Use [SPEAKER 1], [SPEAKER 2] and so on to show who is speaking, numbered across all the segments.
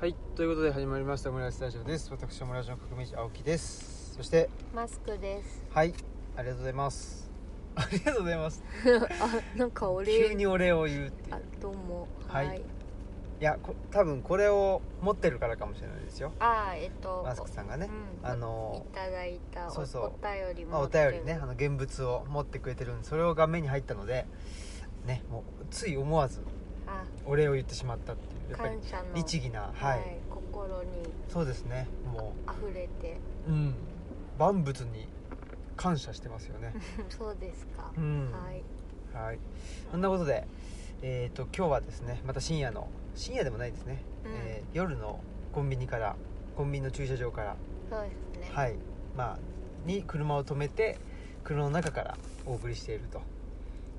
[SPEAKER 1] はい、ということで始まりましたオムライスタジオです。私オムラジの革命児青木です。そして
[SPEAKER 2] マスクです。
[SPEAKER 1] はい、ありがとうございます。 ありがとうございます。
[SPEAKER 2] あ、なんかお礼。
[SPEAKER 1] 急にお礼を言うっていう。
[SPEAKER 2] あ、どうも。
[SPEAKER 1] はい
[SPEAKER 2] はい。
[SPEAKER 1] いや、こ多分これを持ってるからかもしれないですよ。
[SPEAKER 2] あー、えっと。
[SPEAKER 1] マスクさんがね、
[SPEAKER 2] うん
[SPEAKER 1] あの
[SPEAKER 2] いただいたお
[SPEAKER 1] そうそう
[SPEAKER 2] お便り
[SPEAKER 1] まあ、
[SPEAKER 2] も
[SPEAKER 1] お便りね、あの現物を持ってくれてるんで、それを画面に入ったので、ね、もうつい思わず
[SPEAKER 2] あ
[SPEAKER 1] お礼を言ってしまったっていう。やっぱり
[SPEAKER 2] 感謝の
[SPEAKER 1] 律儀な、
[SPEAKER 2] は、
[SPEAKER 1] はいい、
[SPEAKER 2] 心に
[SPEAKER 1] そうですね。も
[SPEAKER 2] 溢れて
[SPEAKER 1] う、うん、万物に感謝してますよ ね。
[SPEAKER 2] そうですか
[SPEAKER 1] う、ん。
[SPEAKER 2] はい
[SPEAKER 1] はい、そんなことで、えー、と今日はですねまた深夜の深夜でもないですね、
[SPEAKER 2] うん
[SPEAKER 1] えー夜のコンビニからコンビニの駐車場から、
[SPEAKER 2] そうですね
[SPEAKER 1] はいまあ、に車を止めて車の中からお送りしていると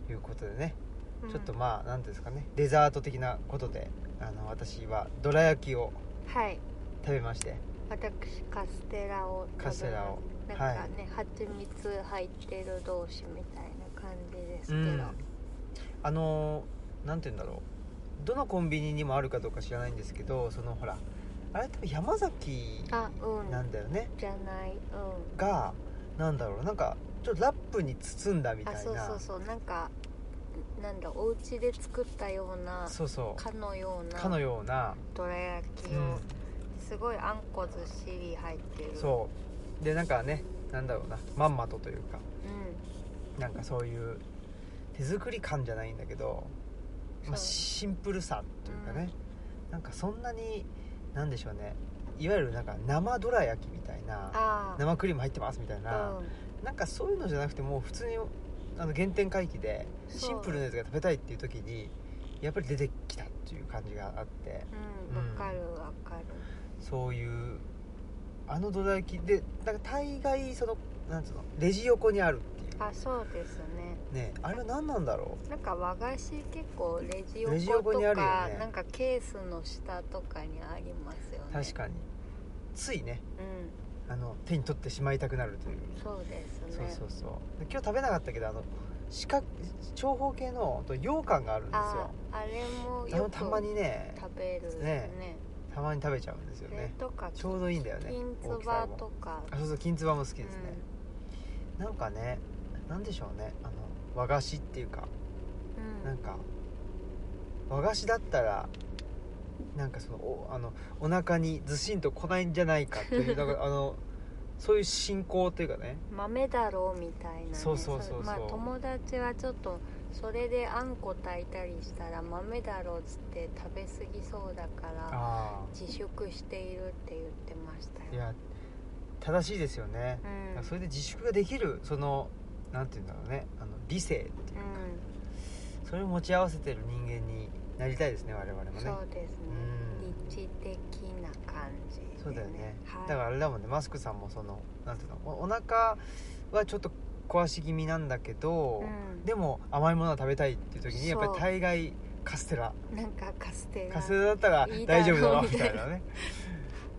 [SPEAKER 1] いうことでね、
[SPEAKER 2] うん
[SPEAKER 1] ちょっとまあ何ていうんですかねデザート的なことであの私はどら焼きを
[SPEAKER 2] はい
[SPEAKER 1] 食べまして
[SPEAKER 2] 私カステラを食べます
[SPEAKER 1] カステラを
[SPEAKER 2] なんかね、蜂蜜入ってる同士みたいな感じですけ
[SPEAKER 1] う
[SPEAKER 2] ど、
[SPEAKER 1] んあの何て言うんだろうどのコンビニにもあるかどうか知らないんですけどそのほらあれ多分山崎
[SPEAKER 2] あうん
[SPEAKER 1] なんだよね
[SPEAKER 2] じゃないうん
[SPEAKER 1] がなんだろうなんかちょっとラップに包んだみたい
[SPEAKER 2] あ
[SPEAKER 1] な
[SPEAKER 2] そうそうそうなんかなんだお家で作ったような
[SPEAKER 1] そうそう
[SPEAKER 2] かのよう
[SPEAKER 1] かの
[SPEAKER 2] な
[SPEAKER 1] ような、
[SPEAKER 2] どら焼きを、すごいあんこずっしり入って
[SPEAKER 1] う
[SPEAKER 2] る
[SPEAKER 1] ん、そうでなんかねなんだろうなまんまとというか
[SPEAKER 2] う
[SPEAKER 1] なんかそういう手作り感じゃないんだけど、まあ、
[SPEAKER 2] そう
[SPEAKER 1] シンプルさというかね、なんかそんなになんでしょうねいわゆるなんか生どら焼きみたい
[SPEAKER 2] ん
[SPEAKER 1] な
[SPEAKER 2] ああ
[SPEAKER 1] 生クリーム入ってますみたいな、
[SPEAKER 2] うん
[SPEAKER 1] なんかそういうのじゃなくてもう普通にあの原点回帰で
[SPEAKER 2] そう
[SPEAKER 1] シンプルなやつが食べたいっていう時にやっぱり出てきたっていう感じがあって
[SPEAKER 2] うん
[SPEAKER 1] う
[SPEAKER 2] わ
[SPEAKER 1] ん
[SPEAKER 2] かるわかる
[SPEAKER 1] そういうあのどら焼きでなんか大概そのなんつうのレジ横にあるってい
[SPEAKER 2] あそうですね
[SPEAKER 1] うねあれは何なんだろ
[SPEAKER 2] なんか和菓子結構レジ
[SPEAKER 1] レジ横
[SPEAKER 2] 横と
[SPEAKER 1] にある
[SPEAKER 2] か
[SPEAKER 1] よね
[SPEAKER 2] なんかケースの下とかにありますよね
[SPEAKER 1] う確かについね
[SPEAKER 2] う
[SPEAKER 1] あの手に取ってしまいたくなるというん
[SPEAKER 2] そうですね
[SPEAKER 1] そうそうそうで今日食べなかったけどあの四角長方形のあと羊羹があるんです
[SPEAKER 2] あ
[SPEAKER 1] よ
[SPEAKER 2] あれも
[SPEAKER 1] あれ
[SPEAKER 2] よ
[SPEAKER 1] も
[SPEAKER 2] く
[SPEAKER 1] たま
[SPEAKER 2] 食
[SPEAKER 1] にね
[SPEAKER 2] べる
[SPEAKER 1] ね
[SPEAKER 2] ね
[SPEAKER 1] たまに食べちゃうんですよ
[SPEAKER 2] それ
[SPEAKER 1] ね
[SPEAKER 2] とか
[SPEAKER 1] ちょうどいいんだよね
[SPEAKER 2] 金
[SPEAKER 1] 大
[SPEAKER 2] つ
[SPEAKER 1] きさ
[SPEAKER 2] ば
[SPEAKER 1] も
[SPEAKER 2] とか
[SPEAKER 1] あそうそう金つばも好きですね、なんかねなんでしょうねあの和菓子っていうか
[SPEAKER 2] うんう
[SPEAKER 1] なんんか和菓子だったらなんかそのおあのお腹にずしんと来ないんじゃないかって いうなんかあのそういう信仰というかね
[SPEAKER 2] 豆だろうみたいな、ね、
[SPEAKER 1] そうそうそうそう
[SPEAKER 2] まあ友達はちょっとそれであんこ炊いたりしたら豆だろうっつって食べ過ぎそうだから
[SPEAKER 1] あ
[SPEAKER 2] 自粛しているって言ってました
[SPEAKER 1] い
[SPEAKER 2] よ、
[SPEAKER 1] や正しいですよね
[SPEAKER 2] う、ん
[SPEAKER 1] だからそれで自粛ができるそのなんていうんだろうねあの理性っていう
[SPEAKER 2] う
[SPEAKER 1] か、
[SPEAKER 2] ん、
[SPEAKER 1] それを持ち合わせてる人間になりたいですね我々もね
[SPEAKER 2] そうですね
[SPEAKER 1] うん
[SPEAKER 2] 立地的な感じで、ね、
[SPEAKER 1] そうだよね、
[SPEAKER 2] はい、
[SPEAKER 1] だからあれだもんねマスクさんもそのなんていうのおお腹はちょっと壊し気味なんだけど、
[SPEAKER 2] うん
[SPEAKER 1] でも甘いものは食べたいっていう時にやっ
[SPEAKER 2] そう
[SPEAKER 1] ぱり大概カステラ
[SPEAKER 2] なんかカステラ
[SPEAKER 1] カステラだったら
[SPEAKER 2] いい
[SPEAKER 1] 大
[SPEAKER 2] だろ
[SPEAKER 1] 丈
[SPEAKER 2] う
[SPEAKER 1] 夫だわみ
[SPEAKER 2] み
[SPEAKER 1] た
[SPEAKER 2] た
[SPEAKER 1] い
[SPEAKER 2] い
[SPEAKER 1] な
[SPEAKER 2] な
[SPEAKER 1] ね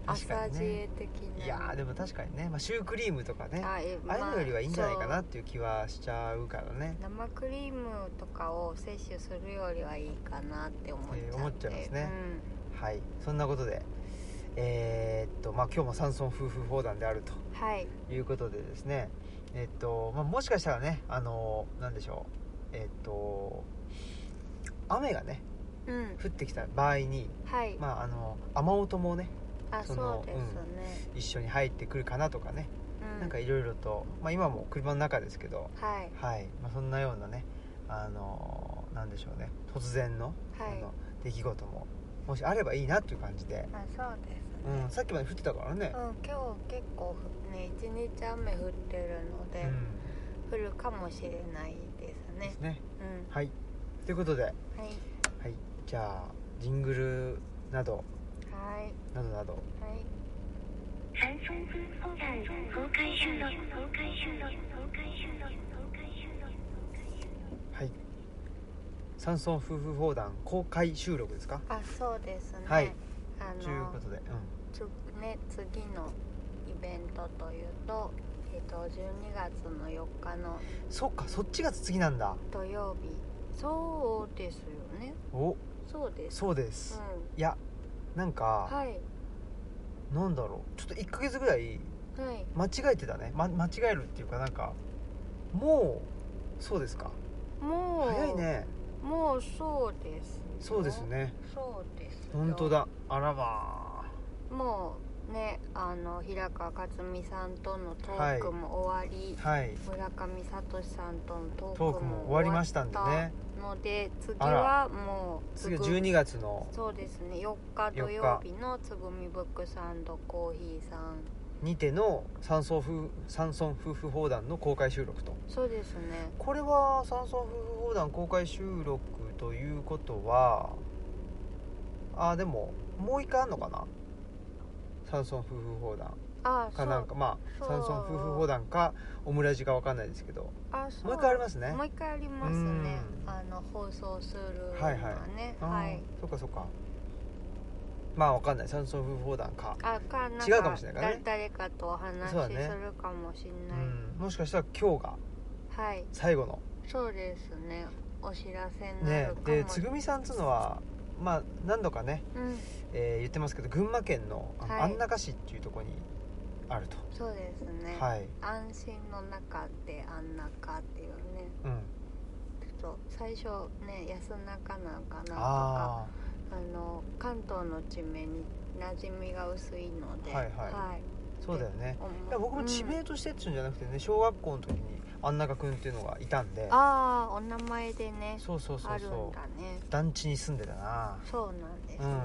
[SPEAKER 1] 確か
[SPEAKER 2] 朝
[SPEAKER 1] に
[SPEAKER 2] 知
[SPEAKER 1] ね
[SPEAKER 2] 恵的ない
[SPEAKER 1] やーでも確かにね、まあ、シュークリームとかねあ
[SPEAKER 2] あえ
[SPEAKER 1] あいうのよりはいいんじゃないか
[SPEAKER 2] ま
[SPEAKER 1] な
[SPEAKER 2] あ
[SPEAKER 1] っ
[SPEAKER 2] そう
[SPEAKER 1] ていう気はしちゃうからね、
[SPEAKER 2] 生クリームとかを摂取するよりはいいかなって思っちゃって、
[SPEAKER 1] えー思っちゃいますねはいそんなことでえーっとまあ今日も山村夫婦砲弾であると
[SPEAKER 2] うん、はい
[SPEAKER 1] いうことでですねえっと、まあ、もしかしたらねあのなんでしょうえっと雨がね
[SPEAKER 2] うん
[SPEAKER 1] 降ってきた場合に
[SPEAKER 2] はい、
[SPEAKER 1] まああの雨音もね
[SPEAKER 2] あ
[SPEAKER 1] そ
[SPEAKER 2] そ
[SPEAKER 1] の
[SPEAKER 2] うですね、
[SPEAKER 1] 一緒に入ってくるかなとかね、
[SPEAKER 2] うん、
[SPEAKER 1] なんかいろいろと、まあ、今も車の中ですけど
[SPEAKER 2] はい
[SPEAKER 1] はい、まあ、そんなようなねあのなんでしょうね突然の,、
[SPEAKER 2] はい
[SPEAKER 1] あの出来事ももしあればいいなっていう感じで、
[SPEAKER 2] あそうですね
[SPEAKER 1] うん、さっきまで降ってたからね
[SPEAKER 2] う、ん、今日結構ね一日雨降ってるの
[SPEAKER 1] う
[SPEAKER 2] で、降るかもしれないです
[SPEAKER 1] で
[SPEAKER 2] ね
[SPEAKER 1] すね
[SPEAKER 2] うん
[SPEAKER 1] はいということで、はい、
[SPEAKER 2] はい
[SPEAKER 1] じゃあジングルなど
[SPEAKER 2] はい
[SPEAKER 1] などなど
[SPEAKER 2] はい
[SPEAKER 3] 山村夫婦団公開収録公開収録公開収録公開収録
[SPEAKER 1] はい山村夫婦砲弾公開収録ですか
[SPEAKER 2] あそうですね
[SPEAKER 1] はい
[SPEAKER 2] あ
[SPEAKER 1] という
[SPEAKER 2] の
[SPEAKER 1] ことで、う
[SPEAKER 2] つね、次のイベントというと,、えっと12月の4日の
[SPEAKER 1] ん、そっかそっちが次なんだ
[SPEAKER 2] 土曜日そうですよね
[SPEAKER 1] お
[SPEAKER 2] そうです
[SPEAKER 1] そうです、
[SPEAKER 2] う
[SPEAKER 1] いやなんか、
[SPEAKER 2] はい
[SPEAKER 1] なんだろうちょっと1ヶ月ぐらい
[SPEAKER 2] はい
[SPEAKER 1] 間違えてたね、ま、間違えるっていうかなんかもうそうですか
[SPEAKER 2] もう
[SPEAKER 1] 早いね
[SPEAKER 2] もうそうです
[SPEAKER 1] そうですね
[SPEAKER 2] そうですよ
[SPEAKER 1] 本当だあらば
[SPEAKER 2] もうねあの平川克美さんとのトークも終わり、
[SPEAKER 1] ーはい
[SPEAKER 2] 村上聡さんとのト
[SPEAKER 1] トー
[SPEAKER 2] ーク
[SPEAKER 1] クも
[SPEAKER 2] も
[SPEAKER 1] 終わりましたんでね
[SPEAKER 2] ので次
[SPEAKER 1] あら
[SPEAKER 2] はもう
[SPEAKER 1] 次は
[SPEAKER 2] つぐ
[SPEAKER 1] 12月の
[SPEAKER 2] そうですね4日土曜日のつぐみブックサンドコーヒーさん
[SPEAKER 1] にての山村夫婦山村夫婦砲弾の公開収録と
[SPEAKER 2] そうですね
[SPEAKER 1] これは山村夫婦砲弾公開収録ということはあーでももう一回あんのかな山村夫婦砲弾
[SPEAKER 2] あそ
[SPEAKER 1] か
[SPEAKER 2] う
[SPEAKER 1] なんかまあ
[SPEAKER 2] そう
[SPEAKER 1] 山村夫婦砲弾かオムラジかわかんないですけど
[SPEAKER 2] あそう
[SPEAKER 1] もう一回ありますね
[SPEAKER 2] もう一回ありますね
[SPEAKER 1] うん
[SPEAKER 2] あの放送するの
[SPEAKER 1] は
[SPEAKER 2] はい
[SPEAKER 1] はい
[SPEAKER 2] ね
[SPEAKER 1] あー
[SPEAKER 2] はい
[SPEAKER 1] そっかそっかまあわかんない山村夫婦砲弾か
[SPEAKER 2] あかなんか
[SPEAKER 1] 違うかもしれないからね
[SPEAKER 2] だ誰かとお話しす
[SPEAKER 1] そうだね
[SPEAKER 2] るかもしれ
[SPEAKER 1] う
[SPEAKER 2] ない、
[SPEAKER 1] んもしかしたら今日が
[SPEAKER 2] はい
[SPEAKER 1] 最後の
[SPEAKER 2] そうですねお知らせにな
[SPEAKER 1] ね
[SPEAKER 2] るかも
[SPEAKER 1] でつぐみさんっつうのはまあ何度かね
[SPEAKER 2] うん
[SPEAKER 1] えー言ってますけど群馬県のあの
[SPEAKER 2] はい
[SPEAKER 1] 安中市っていうところにあると
[SPEAKER 2] そうですね、
[SPEAKER 1] はい、
[SPEAKER 2] 安心の中であんなかっていうね
[SPEAKER 1] うん、
[SPEAKER 2] ちょっと最初ね安中なのかなとかあ
[SPEAKER 1] あ
[SPEAKER 2] の関東の地名に馴染みが薄いので
[SPEAKER 1] はいはいあそうだよね
[SPEAKER 2] 思う
[SPEAKER 1] いや僕も地
[SPEAKER 2] う
[SPEAKER 1] 名
[SPEAKER 2] ん
[SPEAKER 1] としてっていうんじゃなくてね小学校の時に安中くんっていうのがいたんで
[SPEAKER 2] ああお名前でね
[SPEAKER 1] そうそうそ
[SPEAKER 2] あ
[SPEAKER 1] う
[SPEAKER 2] るん
[SPEAKER 1] そう
[SPEAKER 2] だね
[SPEAKER 1] 団地に住んでたな
[SPEAKER 2] そうなんですね、
[SPEAKER 1] うん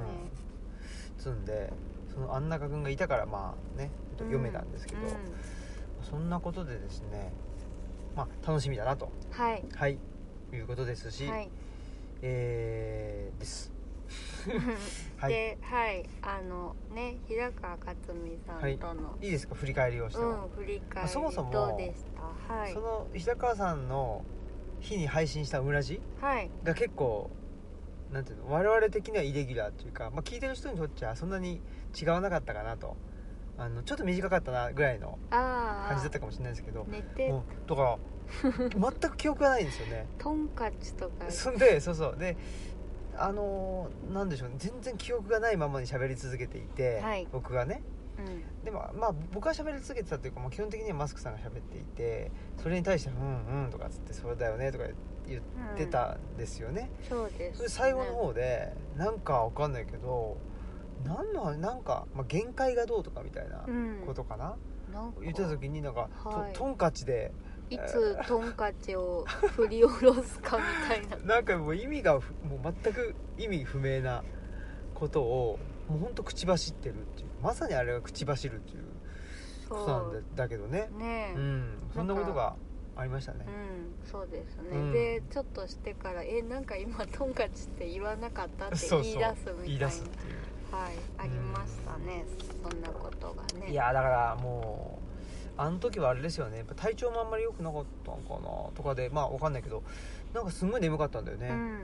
[SPEAKER 1] 住んでその安中くんがいたからまあね読めたんですけど、
[SPEAKER 2] うん
[SPEAKER 1] そんなことでですねまあ楽しみだなと
[SPEAKER 2] はい
[SPEAKER 1] はいいうことですし、
[SPEAKER 2] はい
[SPEAKER 1] えー、です はい
[SPEAKER 2] ではいあのね平川克美さんとの、
[SPEAKER 1] いいですか振り返りをしても、
[SPEAKER 2] うん振り返
[SPEAKER 1] あ
[SPEAKER 2] り
[SPEAKER 1] そもそも
[SPEAKER 2] どうでしたはい
[SPEAKER 1] その平川さんの日に配信したオムラジ
[SPEAKER 2] はい
[SPEAKER 1] が結構なんていうの我々的にはイレギュラーというか、まあ、聞いてる人にとっちゃそんなに違わなかったかなとあのちょっと短かったなぐらいの
[SPEAKER 2] ああ
[SPEAKER 1] 感じだったかもしれないですけど
[SPEAKER 2] 寝て
[SPEAKER 1] もうだから 全く記憶がないんですよね
[SPEAKER 2] トンカチとか
[SPEAKER 1] そんでそうそうであのーなんでしょうね全然記憶がないままに喋り続けていて、
[SPEAKER 2] はい
[SPEAKER 1] 僕がね
[SPEAKER 2] うん
[SPEAKER 1] でもまあ僕は喋り続けてたというか、まあ、基本的にはマスクさんが喋っていてそれに対して「うんうん」とかっつって「それだよね」とか言ってたんですよね、
[SPEAKER 2] そうです、
[SPEAKER 1] それで最後の方でなんかわかんないけど何のなんか、まあ、限界がどうとかみたいな
[SPEAKER 2] うん
[SPEAKER 1] ことかな、
[SPEAKER 2] なんか
[SPEAKER 1] 言ってた時になんか、
[SPEAKER 2] はい
[SPEAKER 1] とトンカチで
[SPEAKER 2] いつトンカチを振り下ろすかみ たいな
[SPEAKER 1] なんかもう意味がふもう全く意味不明なことをもうほんと口走ってるっていうまさにあれが口走るっていうことなんだ
[SPEAKER 2] そ
[SPEAKER 1] だけどね
[SPEAKER 2] うねえ
[SPEAKER 1] うん、そんなことがありましたね
[SPEAKER 2] う。んそうですね、
[SPEAKER 1] うん
[SPEAKER 2] でちょっとしてから「えなんか今トンカチって言わなかった」って
[SPEAKER 1] そ
[SPEAKER 2] 言
[SPEAKER 1] う
[SPEAKER 2] い出
[SPEAKER 1] そう
[SPEAKER 2] すみたいな
[SPEAKER 1] 言い出すっていう。
[SPEAKER 2] はいありましたね、そんなことがね
[SPEAKER 1] いやだからもうあの時はあれですよねやっぱ体調もあんまり良くなかったのかなとかでまあわかんないけどなんかすごい眠かったんだよ
[SPEAKER 2] う
[SPEAKER 1] ね、
[SPEAKER 2] ん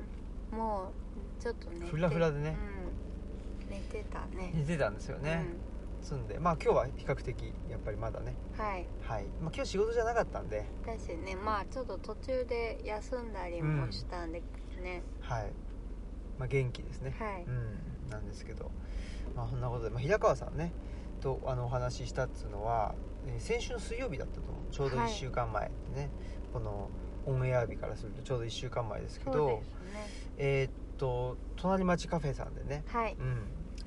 [SPEAKER 2] もうちょっとね
[SPEAKER 1] ふらふらでね、
[SPEAKER 2] うん、寝てたね
[SPEAKER 1] 寝てたんですよね、つんでまあ今日は比較的やっぱりまだね
[SPEAKER 2] うん、はい
[SPEAKER 1] はい、まあ、今日仕事じゃなかったんで
[SPEAKER 2] だしねまあちょっと途中で休んだりもしたんでね、
[SPEAKER 1] はいまあ元気ですね
[SPEAKER 2] はい、
[SPEAKER 1] うんなんですけどまあそんなことで、まあ、平川さんねとあのお話ししたっつうのは、えー先週の水曜日だったと思うちょうど1
[SPEAKER 2] はい
[SPEAKER 1] 週間前ってね、このオンエア日からするとちょうど1週間前ですけ
[SPEAKER 2] そう
[SPEAKER 1] ど
[SPEAKER 2] ですね
[SPEAKER 1] えーっと隣町カフェさんでね、
[SPEAKER 2] はい
[SPEAKER 1] うん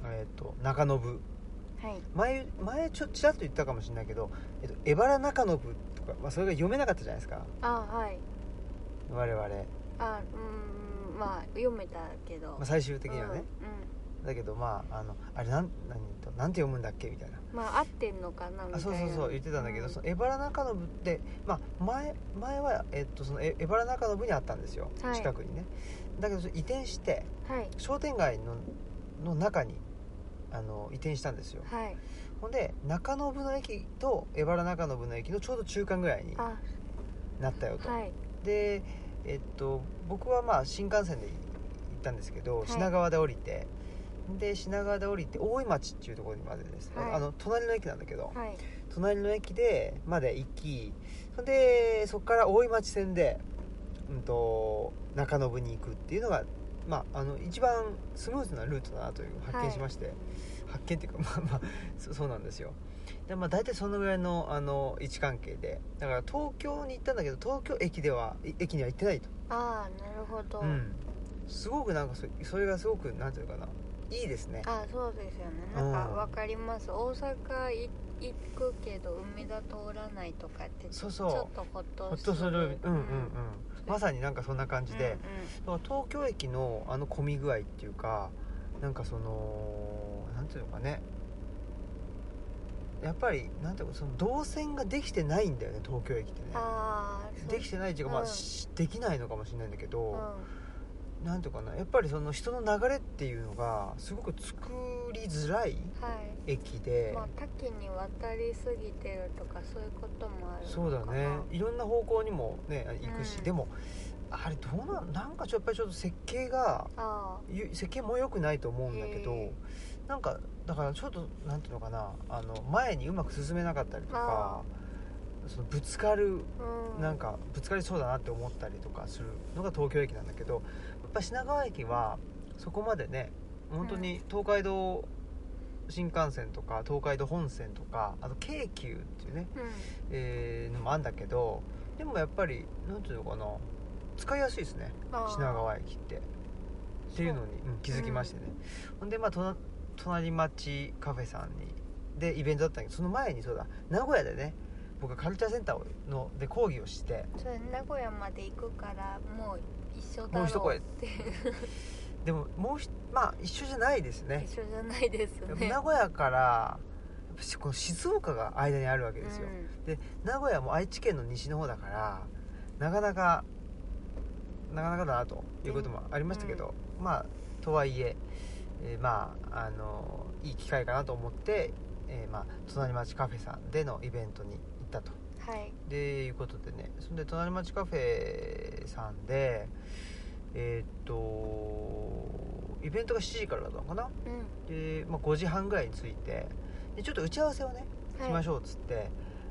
[SPEAKER 1] えーっと中延
[SPEAKER 2] はい
[SPEAKER 1] 前前ちょっとちらっと言ったかもしれないけど「えっと、エバラ中延」とか、まあ、それが読めなかったじゃないですか
[SPEAKER 2] あはい
[SPEAKER 1] 我々、ま
[SPEAKER 2] あうんまあ読めたけど、
[SPEAKER 1] あ、最終的にはね、
[SPEAKER 2] うん、う
[SPEAKER 1] だけどまああのあれなん何となんて読むんだっけみたいなん
[SPEAKER 2] まあ合ってんのかなみた
[SPEAKER 1] あ
[SPEAKER 2] いな
[SPEAKER 1] そうそうそう言ってたんだけど、
[SPEAKER 2] うん
[SPEAKER 1] そのエバラ中延って、まあ、前前は、えっと、そのエエバラ中延にあったんですよ、
[SPEAKER 2] はい
[SPEAKER 1] 近くにねだけどそれ移転して
[SPEAKER 2] はい
[SPEAKER 1] 商店街のの中にあの移転したんですよ
[SPEAKER 2] はい
[SPEAKER 1] ほんで中延の駅と荏原中延の駅のちょうど中間ぐらいに
[SPEAKER 2] あ
[SPEAKER 1] なったよと、
[SPEAKER 2] はい
[SPEAKER 1] でえっと僕はまあ新幹線で行ったんですけど、
[SPEAKER 2] はい
[SPEAKER 1] 品川で降りてで品川で降りて大井町っていうところにまでですね、
[SPEAKER 2] はい
[SPEAKER 1] あの隣の駅なんだけど、
[SPEAKER 2] はい
[SPEAKER 1] 隣の駅でまで行きそんでそこから大井町線で、うん、と中延に行くっていうのがまあ、あの一番スムーズなルートだなという発見しまして、発見っていうかまあまあそそうなんですよで、まあ、大体そのぐらいのあの位置関係でだから東京に行ったんだけど東京駅ではい駅には行ってないと、
[SPEAKER 2] ああなるほど、
[SPEAKER 1] うん、すごくなんかそそれがすごくなんていうのかないいですね
[SPEAKER 2] あそうですよねなんか
[SPEAKER 1] うん
[SPEAKER 2] わかります大阪い行くけど梅田通らないとかって
[SPEAKER 1] そうそう
[SPEAKER 2] ちょっとほっ
[SPEAKER 1] ほ
[SPEAKER 2] と
[SPEAKER 1] っとするうんうんうんまさになんかそんな感じで、
[SPEAKER 2] う
[SPEAKER 1] だから東京駅のあの混み具合っていうかなんかそのなんていうのかねやっぱりなんていうのその動線ができてないんだよね東京駅ってね
[SPEAKER 2] ん、ああそう
[SPEAKER 1] できてないっていうか、まあ
[SPEAKER 2] うん
[SPEAKER 1] しできないのかもしれないんだけ
[SPEAKER 2] うん
[SPEAKER 1] ど、なんていうかなやっぱりその人の流れっていうのがすごく作りづらい
[SPEAKER 2] はい
[SPEAKER 1] 駅で、
[SPEAKER 2] まあ多岐に渡りすぎてるとかそういうこともあるのかな
[SPEAKER 1] そうだねいろんな方向にもね行くし、
[SPEAKER 2] うん
[SPEAKER 1] でもあれどうなんなんかちょやっぱりちょっと設計が
[SPEAKER 2] あ
[SPEAKER 1] ゆ設計も良くないと思うんだけ
[SPEAKER 2] へ
[SPEAKER 1] どなんかだからちょっとなんていうのかなあの前にうまく進めなかったりとかそのぶつかる
[SPEAKER 2] あうん
[SPEAKER 1] なんかぶつかりそうだなって思ったりとかするのが東京駅なんだけどやっぱ品川駅はそこまでね本当に東海道新幹線とか東海道本線とかあと京急っていうね、
[SPEAKER 2] うん
[SPEAKER 1] えーのもあるんだけどでもやっぱりなんていうのかな使いやすいですね
[SPEAKER 2] あー
[SPEAKER 1] 品川駅ってっていうのに、うん気づきましてね、ほんでまあと隣町カフェさんにでイベントだったんだけどその前にそうだ名古屋でね僕はカルチャーセンターをので講義をして
[SPEAKER 2] それ名古屋まで行くからもう一緒だろ
[SPEAKER 1] もう一声
[SPEAKER 2] って
[SPEAKER 1] でももうひまあ一緒じゃないですね
[SPEAKER 2] 一緒じゃないです
[SPEAKER 1] やっぱ
[SPEAKER 2] ね
[SPEAKER 1] 名古屋からやっぱしこの静岡が間にあるわけですよ、
[SPEAKER 2] うん
[SPEAKER 1] 名古屋も愛知県の西の方だからなかなかなかなかだなということもありましたけど、まあとはいええーまああのいい機会かなと思って、えーまあ、隣町カフェさんでのイベントに行ったと
[SPEAKER 2] はい
[SPEAKER 1] でいうことでねそんで隣町カフェさんでえーっとイベントが7時からだったのかな
[SPEAKER 2] うん
[SPEAKER 1] で、まあ、5時半ぐらいに着いてでちょっと打ち合わせをね
[SPEAKER 2] はい
[SPEAKER 1] しましょうっつって、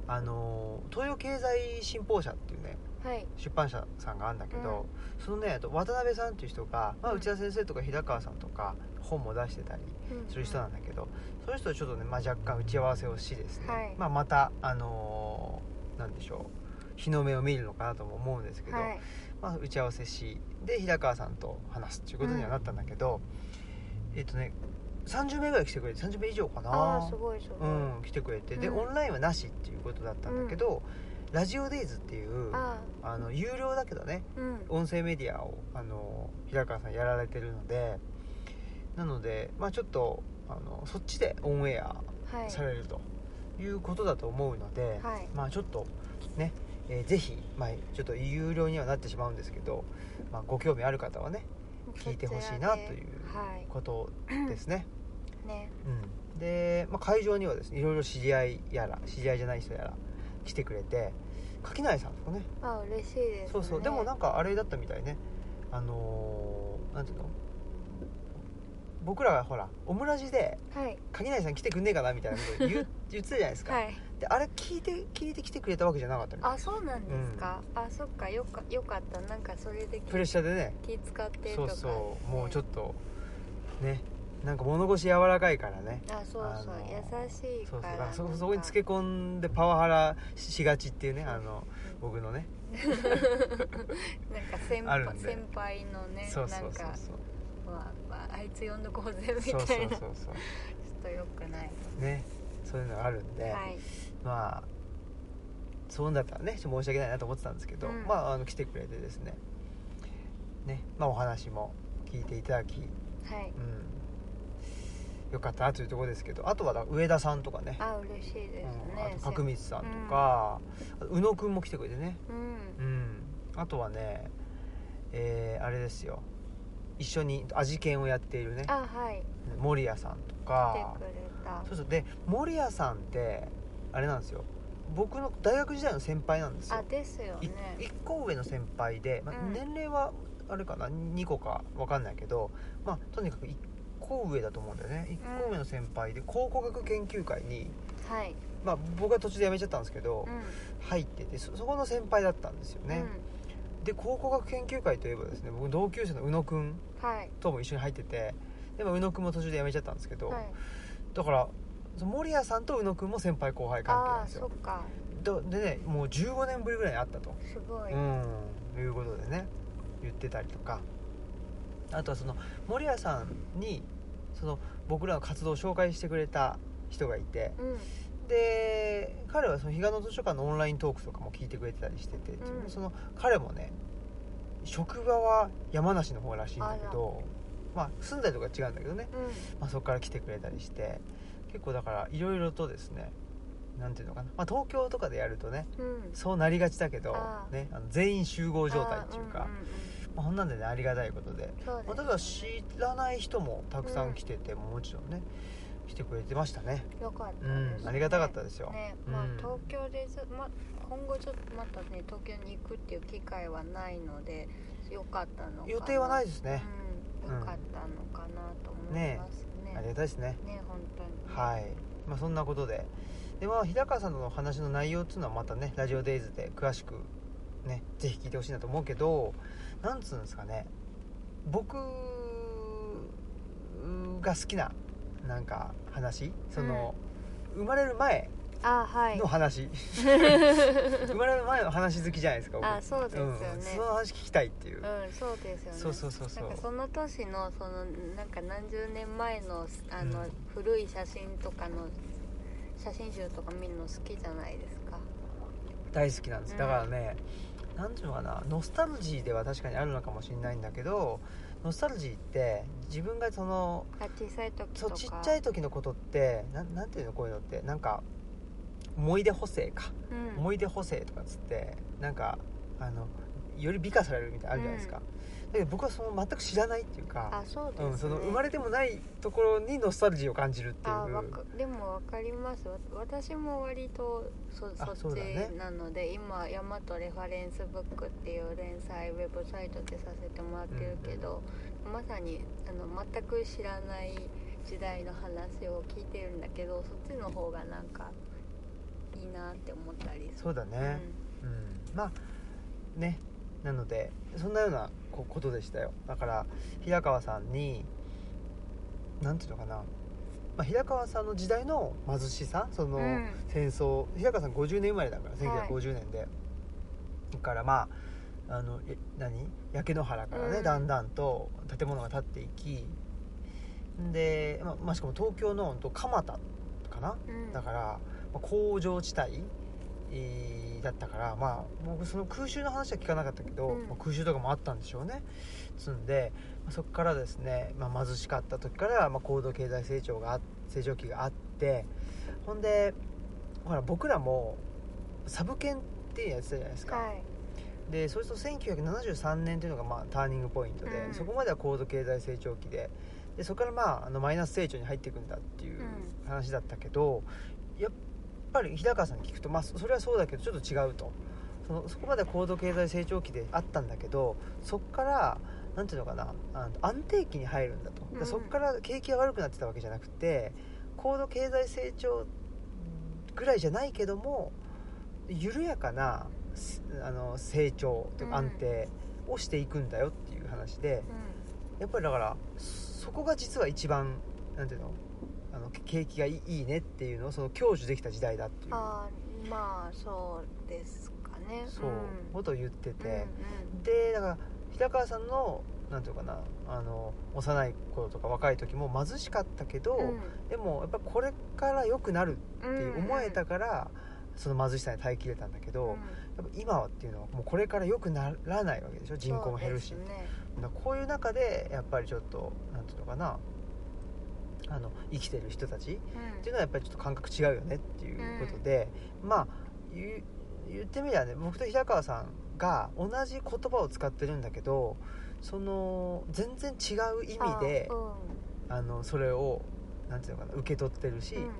[SPEAKER 1] あのー東洋経済新報社っていうね
[SPEAKER 2] はい
[SPEAKER 1] 出版社さんがあるんだけど、そのねあと渡辺さんっていう人が、まあ、
[SPEAKER 2] うん
[SPEAKER 1] 内田先生とか平川さんとか本も出してたりする人なんだけど、その人とちょっとね、まあ、若干打ち合わせをしですね、
[SPEAKER 2] はい
[SPEAKER 1] まあ、またあのーなんでしょう日の目を見るのかなとも思うんですけど、
[SPEAKER 2] はい
[SPEAKER 1] まあ、打ち合わせしで平川さんと話すっていうことにはなったんだけど、えっ、とね30名ぐらい来てくれて30名以上かな
[SPEAKER 2] ああすごいすごい、
[SPEAKER 1] うん、来てくれてで、
[SPEAKER 2] うん
[SPEAKER 1] オンラインはなしっていうことだったんだけど、ラジオデイズっていうあ
[SPEAKER 2] あ
[SPEAKER 1] の有料だけどね
[SPEAKER 2] ーうん
[SPEAKER 1] 音声メディアをあの平川さんやられてるのでなので、まあ、ちょっとあのそっちでオンエア
[SPEAKER 2] はい
[SPEAKER 1] されるということだと思うので、
[SPEAKER 2] はい
[SPEAKER 1] まあちょっとね、えーぜひ、まあ、ちょっと有料にはなってしまうんですけど、まあ、ご興味ある方はね聞いてほしいなという
[SPEAKER 2] はい
[SPEAKER 1] ことですね。
[SPEAKER 2] ね
[SPEAKER 1] うん、で、まあ、会場にはですねいろいろ知り合いやら知り合いじゃない人やら来てくれて垣内さんですかね
[SPEAKER 2] あー嬉しいですね
[SPEAKER 1] そうそうでもなんかあれだったみたいねあのーなんていうの僕らがほらオムラジで
[SPEAKER 2] はい
[SPEAKER 1] 垣内さん来てくんねえかなみたいなこと 言う言ってたじゃないですか、
[SPEAKER 2] はい
[SPEAKER 1] であれ聞いて聞いてきてくれたわけじゃなかったみたい
[SPEAKER 2] あそうなんですか、あそっかよかよかったなんかそれで
[SPEAKER 1] プレッ
[SPEAKER 2] 気
[SPEAKER 1] シャーでね
[SPEAKER 2] 気使っ
[SPEAKER 1] そ
[SPEAKER 2] てと
[SPEAKER 1] う
[SPEAKER 2] か
[SPEAKER 1] そうもうちょっ
[SPEAKER 2] と
[SPEAKER 1] とねなんか物腰柔らかいからね
[SPEAKER 2] あそうそう、
[SPEAKER 1] あの
[SPEAKER 2] 優しい
[SPEAKER 1] そうそう
[SPEAKER 2] か
[SPEAKER 1] だ
[SPEAKER 2] ら
[SPEAKER 1] からそ
[SPEAKER 2] なんか
[SPEAKER 1] そこにつけ込んでパワハラししがちっていうね
[SPEAKER 2] そう
[SPEAKER 1] あの僕のね
[SPEAKER 2] なんか先
[SPEAKER 1] ある
[SPEAKER 2] 輩
[SPEAKER 1] んで
[SPEAKER 2] 先輩のね
[SPEAKER 1] そうそうそう
[SPEAKER 2] なんか
[SPEAKER 1] そう
[SPEAKER 2] わわあいつ呼んどこうぜみたい
[SPEAKER 1] そうそ
[SPEAKER 2] な
[SPEAKER 1] う
[SPEAKER 2] ち
[SPEAKER 1] そ
[SPEAKER 2] ょっ
[SPEAKER 1] うそ
[SPEAKER 2] とよくないう
[SPEAKER 1] ねそういうのがあるんで、
[SPEAKER 2] はい
[SPEAKER 1] まあそうだったらねちょっと申し訳ないなと思ってたんですけど、
[SPEAKER 2] うん
[SPEAKER 1] まああの来てくれてですねねまあお話も聞いていただき、う
[SPEAKER 2] はい
[SPEAKER 1] ん、よかったなというところですけどあとはだ上田さんとかね
[SPEAKER 2] あ嬉しいです
[SPEAKER 1] うんあ
[SPEAKER 2] ね、
[SPEAKER 1] と角光さんとか、あと宇野くんも来てくれてね
[SPEAKER 2] うん
[SPEAKER 1] うんあとはねえーあれですよ一緒に味研をやっているね
[SPEAKER 2] あはい
[SPEAKER 1] 守屋さんとか
[SPEAKER 2] 来てくれた
[SPEAKER 1] そうそうで守屋さんってあれなんですよ僕の大学時代の先輩なんです
[SPEAKER 2] あ
[SPEAKER 1] よ、
[SPEAKER 2] ですよ
[SPEAKER 1] い
[SPEAKER 2] ね
[SPEAKER 1] 一個上の先輩で、まあ
[SPEAKER 2] うん
[SPEAKER 1] 年齢はあれかな2個か分かんないけど、まあ、とにかく1個上だと思うんだよね1個上の先輩で考古学研究会に、
[SPEAKER 2] はい
[SPEAKER 1] まあ、僕は途中で辞めちゃったんですけど、
[SPEAKER 2] うん
[SPEAKER 1] 入っててそそこの先輩だったんですよね、で考古学研究会といえばですね僕同級生の宇野くん
[SPEAKER 2] はい
[SPEAKER 1] とも一緒に入っててでも宇野くんも途中で辞めちゃったんですけど、
[SPEAKER 2] はい
[SPEAKER 1] だからその森谷さんと宇野くんも先輩後輩関係な
[SPEAKER 2] あ
[SPEAKER 1] ん
[SPEAKER 2] あ
[SPEAKER 1] です
[SPEAKER 2] そっ
[SPEAKER 1] よ
[SPEAKER 2] か
[SPEAKER 1] どでねもう15年ぶりぐらいに会ったと、
[SPEAKER 2] すごい、
[SPEAKER 1] うんいうことでね言ってたりとかあとはその森谷さんにその僕らの活動を紹介してくれた人がいて
[SPEAKER 2] うん
[SPEAKER 1] で彼はその彼岸の図書館のオンライントークとかも聞いてくれてたりしてて、
[SPEAKER 2] うん
[SPEAKER 1] その彼もね職場は山梨の方らしいんだけどまあ住んだりとかは違うんだけどね、
[SPEAKER 2] うん
[SPEAKER 1] まあ、そこから来てくれたりして結構だからいろいろとですねなんていうのかな、まあ、東京とかでやるとね
[SPEAKER 2] うん
[SPEAKER 1] そうなりがちだけど
[SPEAKER 2] あ、ー
[SPEAKER 1] ね、あの全員集合状態っていう
[SPEAKER 2] あ
[SPEAKER 1] か
[SPEAKER 2] ーんんん
[SPEAKER 1] まあ、こんなんでねありがたいことで、
[SPEAKER 2] そうです
[SPEAKER 1] まあ、ただ知らない人もたくさん来てて、もちろんね来てくれてましたね、
[SPEAKER 2] よかった
[SPEAKER 1] う
[SPEAKER 2] です
[SPEAKER 1] ん
[SPEAKER 2] ね、
[SPEAKER 1] ありがたかったですよ、
[SPEAKER 2] ね、
[SPEAKER 1] うん
[SPEAKER 2] まあ東京でず、ま、今後ちょっとまたね東京に行くっていう機会はないのでよかったのかな
[SPEAKER 1] 予定はない
[SPEAKER 2] で
[SPEAKER 1] ですね、
[SPEAKER 2] うん、よかったのかなと思いますね
[SPEAKER 1] あり
[SPEAKER 2] ね
[SPEAKER 1] がたいですね
[SPEAKER 2] 本当に
[SPEAKER 1] はい、まあ、そんなことでで、まあ、日高さんとの話の内容っていうのはまたね「ラジオデイズで詳しくねぜひ聞いてほしいなと思うけどなんつうんですかね僕が好きななんか話その、生まれる前
[SPEAKER 2] あはい
[SPEAKER 1] の話、生まれる前の話好きじゃないですか僕
[SPEAKER 2] あそうですよね
[SPEAKER 1] うん、その話聞きたいっていう、
[SPEAKER 2] うんそうですよね
[SPEAKER 1] そうそうそうそう
[SPEAKER 2] なんかその年のそのなんか何十年前のあの、
[SPEAKER 1] うん
[SPEAKER 2] 古い写真とかの写真集とか見るの好きじゃないですか
[SPEAKER 1] 大好きなんです
[SPEAKER 2] うん
[SPEAKER 1] だからね、なんていうのかなノスタルジーでは確かにあるのかもしれないんだけどノスタルジーって自分がその
[SPEAKER 2] あ小さい時
[SPEAKER 1] そ
[SPEAKER 2] と
[SPEAKER 1] う
[SPEAKER 2] か
[SPEAKER 1] ちっちゃ
[SPEAKER 2] い、
[SPEAKER 1] い時のことってなんなんていうのこういうのってなんか思い出補正か、
[SPEAKER 2] うん、
[SPEAKER 1] 思い出補正とかっつってなんかあのより美化されるみたいなのあるじゃないですか、だけど僕はその全く知らないっていうか
[SPEAKER 2] あそうです
[SPEAKER 1] う
[SPEAKER 2] ね、
[SPEAKER 1] ん、その生まれてもないところにノスタルジーを感じるってい
[SPEAKER 2] あわ
[SPEAKER 1] う
[SPEAKER 2] かでもわかりますわ私も割とそ
[SPEAKER 1] あ
[SPEAKER 2] そ
[SPEAKER 1] そう
[SPEAKER 2] っ
[SPEAKER 1] だね
[SPEAKER 2] ちなので、今ヤマトレファレンスブックっていう連載ウェブサイトでさせてもらってるけど、まさにあの全く知らない時代の話を聞いてるんだけどそっちの方がなんかいいなって思ったりす
[SPEAKER 1] そ
[SPEAKER 2] る
[SPEAKER 1] うだね、うん、まあねなのでそんなようなこことでしたよだから平川さんに何ていうのかな、まあ、平川さんの時代の貧しさその
[SPEAKER 2] うん
[SPEAKER 1] 戦争、平川さん50年生まれだから
[SPEAKER 2] はい
[SPEAKER 1] 1950年で、だからまああのえ何焼け野原からね、
[SPEAKER 2] うん
[SPEAKER 1] だんだんと建物が建っていきで、まあまあ、しかも東京のほんと蒲田かな
[SPEAKER 2] うん、うん
[SPEAKER 1] だから、まあ工場地帯えーだったからまあ僕その空襲の話は聞かなかったけど、
[SPEAKER 2] うん
[SPEAKER 1] まあ空襲とかもあったんでしょうねつんで、まあそこからですね、まあ、貧しかった時から、まあ、高度経済成長があ成長期があってほんでほら僕らもサブ研ってやつじゃないですか、
[SPEAKER 2] はい
[SPEAKER 1] でそうすると1973年というのがまあターニングポイントで、
[SPEAKER 2] うん
[SPEAKER 1] そこまでは高度経済成長期ででそこからまああのマイナス成長に入っていくんだっていう
[SPEAKER 2] う
[SPEAKER 1] 話だったけど、やっぱり日高さんに聞くと、まあ、そそれはそうだけどちょっと違うとそのそこまでは高度経済成長期であったんだけどそこからなんていうのかなあの安定期に入るんだと、
[SPEAKER 2] うん
[SPEAKER 1] でそこから景気が悪くなってたわけじゃなくて高度経済成長ぐらいじゃないけども緩やかなすあの成長というか
[SPEAKER 2] うん
[SPEAKER 1] 安定をしていくんだよっていう話で、
[SPEAKER 2] う
[SPEAKER 1] やっぱりだからそこが実は一番なんていうのあの景気がいいいいねっていうのをその享受できた時代だってい
[SPEAKER 2] ん、
[SPEAKER 1] う
[SPEAKER 2] あーまあそうですかね
[SPEAKER 1] そう、
[SPEAKER 2] ん
[SPEAKER 1] ことを言ってて。
[SPEAKER 2] うん
[SPEAKER 1] でだから平川さんのなんていうのかなあの幼い頃とか若い時も貧しかったけど、
[SPEAKER 2] うん
[SPEAKER 1] でもやっぱこれから良くなる
[SPEAKER 2] うん
[SPEAKER 1] っていう思えたから、その貧しさに耐えきれたんだけど、
[SPEAKER 2] うん
[SPEAKER 1] やっぱ今はっていうのはもうこれから良くならないわけでしょ人口も減るし、
[SPEAKER 2] そうですね
[SPEAKER 1] だからこういう中でやっぱりちょっとなんていうのかなあの生きてる人たちっていうのはやっぱりちょっと感覚違うよねっていうことで、まあ言う言ってみればね僕と平川さんが同じ言葉を使ってるんだけどその全然違う意味で
[SPEAKER 2] あ
[SPEAKER 1] あ、のそれをなんていうのかな受け取ってるし、
[SPEAKER 2] うんうんうん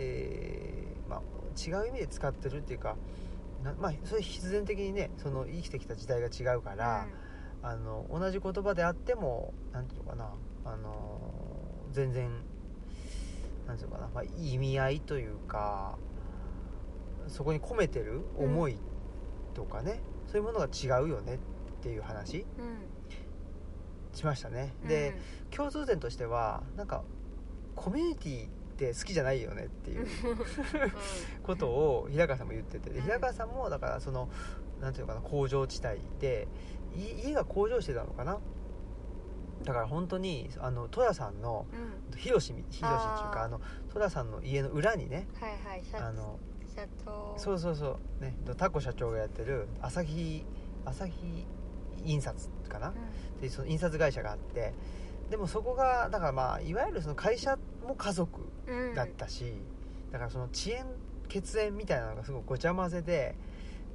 [SPEAKER 1] えーまあ、違う意味で使ってるっていうかなまあそれ必然的にねその生きてきた時代が違うから、あの同じ言葉であってもなんていうのかなあの全然なんていうのかな、まあ、意味合いというかそこに込めてる思いとかね、そういうものが違うよねっっていう話
[SPEAKER 2] うん
[SPEAKER 1] しましたね、
[SPEAKER 2] うん
[SPEAKER 1] で共通点としてはなんかコミュニティって好きじゃないよねっていうことを平川さんも言っててで
[SPEAKER 2] うん
[SPEAKER 1] 平川さんもだからそのなんていうのかな工場地帯でい家が工場してたのかなだから本当にあの戸田さんの
[SPEAKER 2] うん、うん、
[SPEAKER 1] 広しみ広しっていうか
[SPEAKER 2] あー
[SPEAKER 1] あの戸田さんの家の裏にね
[SPEAKER 2] はいはい社
[SPEAKER 1] あの
[SPEAKER 2] 社長
[SPEAKER 1] そうそうそうねタコ社長がやってる朝日朝日印刷かなっていうその印刷会社があってでもそこがだからまあいわゆるその会社も家族
[SPEAKER 2] うん、うん、
[SPEAKER 1] だったし、だからその遅延血縁みたいなのがすごいごちゃ混ぜで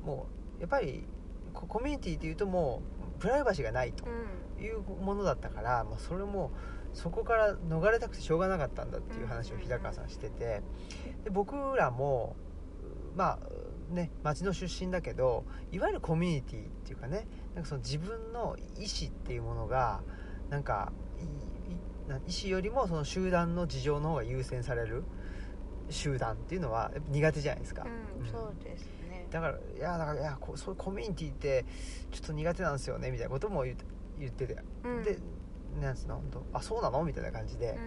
[SPEAKER 1] もうやっぱりココミュニティっていうともうプライバシーがないと
[SPEAKER 2] うん
[SPEAKER 1] いうものだったから、まあ、それもそこから逃れたくてしょうがなかったんだっていう話を
[SPEAKER 2] うん
[SPEAKER 1] 平川さんしててで僕らもまあね町の出身だけどいわゆるコミュニティっていうかねなんかその自分の意思っていうものがなんかいいな意思よりもその集団の事情の方が優先される集団っていうのはやっぱ苦手じゃないですか。
[SPEAKER 2] うん、そうですね
[SPEAKER 1] だからいやだからいやこうそういうコミュニティってちょっと苦手なんですよねみたいなことも言って言ってて
[SPEAKER 2] うん
[SPEAKER 1] でなんつうの本当あそうなのみたいな感じで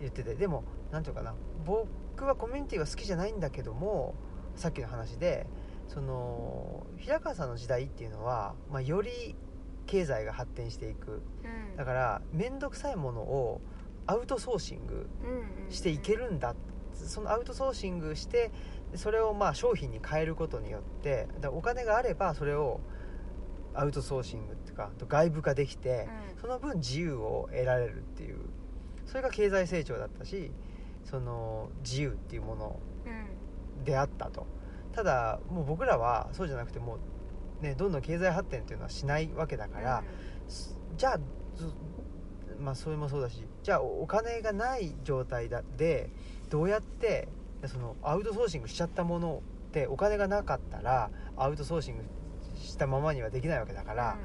[SPEAKER 1] 言ってて、でもなんていうかな僕はコミュニティは好きじゃないんだけどもさっきの話でその平川さんの時代っていうのは、まあ、より経済が発展していく
[SPEAKER 2] うん、うん、
[SPEAKER 1] だから面倒くさいものをアウトソーシング
[SPEAKER 2] うんうん、
[SPEAKER 1] していけるんだそのアウトソーシングしてそれをまあ商品に変えることによってだからお金があればそれをアウトソーシングっていうか外部化できて、
[SPEAKER 2] うん
[SPEAKER 1] その分自由を得られるっていうそれが経済成長だったしその自由っていうもの
[SPEAKER 2] うん
[SPEAKER 1] であったとただもう僕らはそうじゃなくてもう、ね、どんどん経済発展っていうのはしないわけだから、すじゃあずまあそれもそうだしじゃあおお金がない状態だでどうやってそのアウトソーシングしちゃったものってお金がなかったらアウトソーシングしたままにはできないわけだか、
[SPEAKER 2] から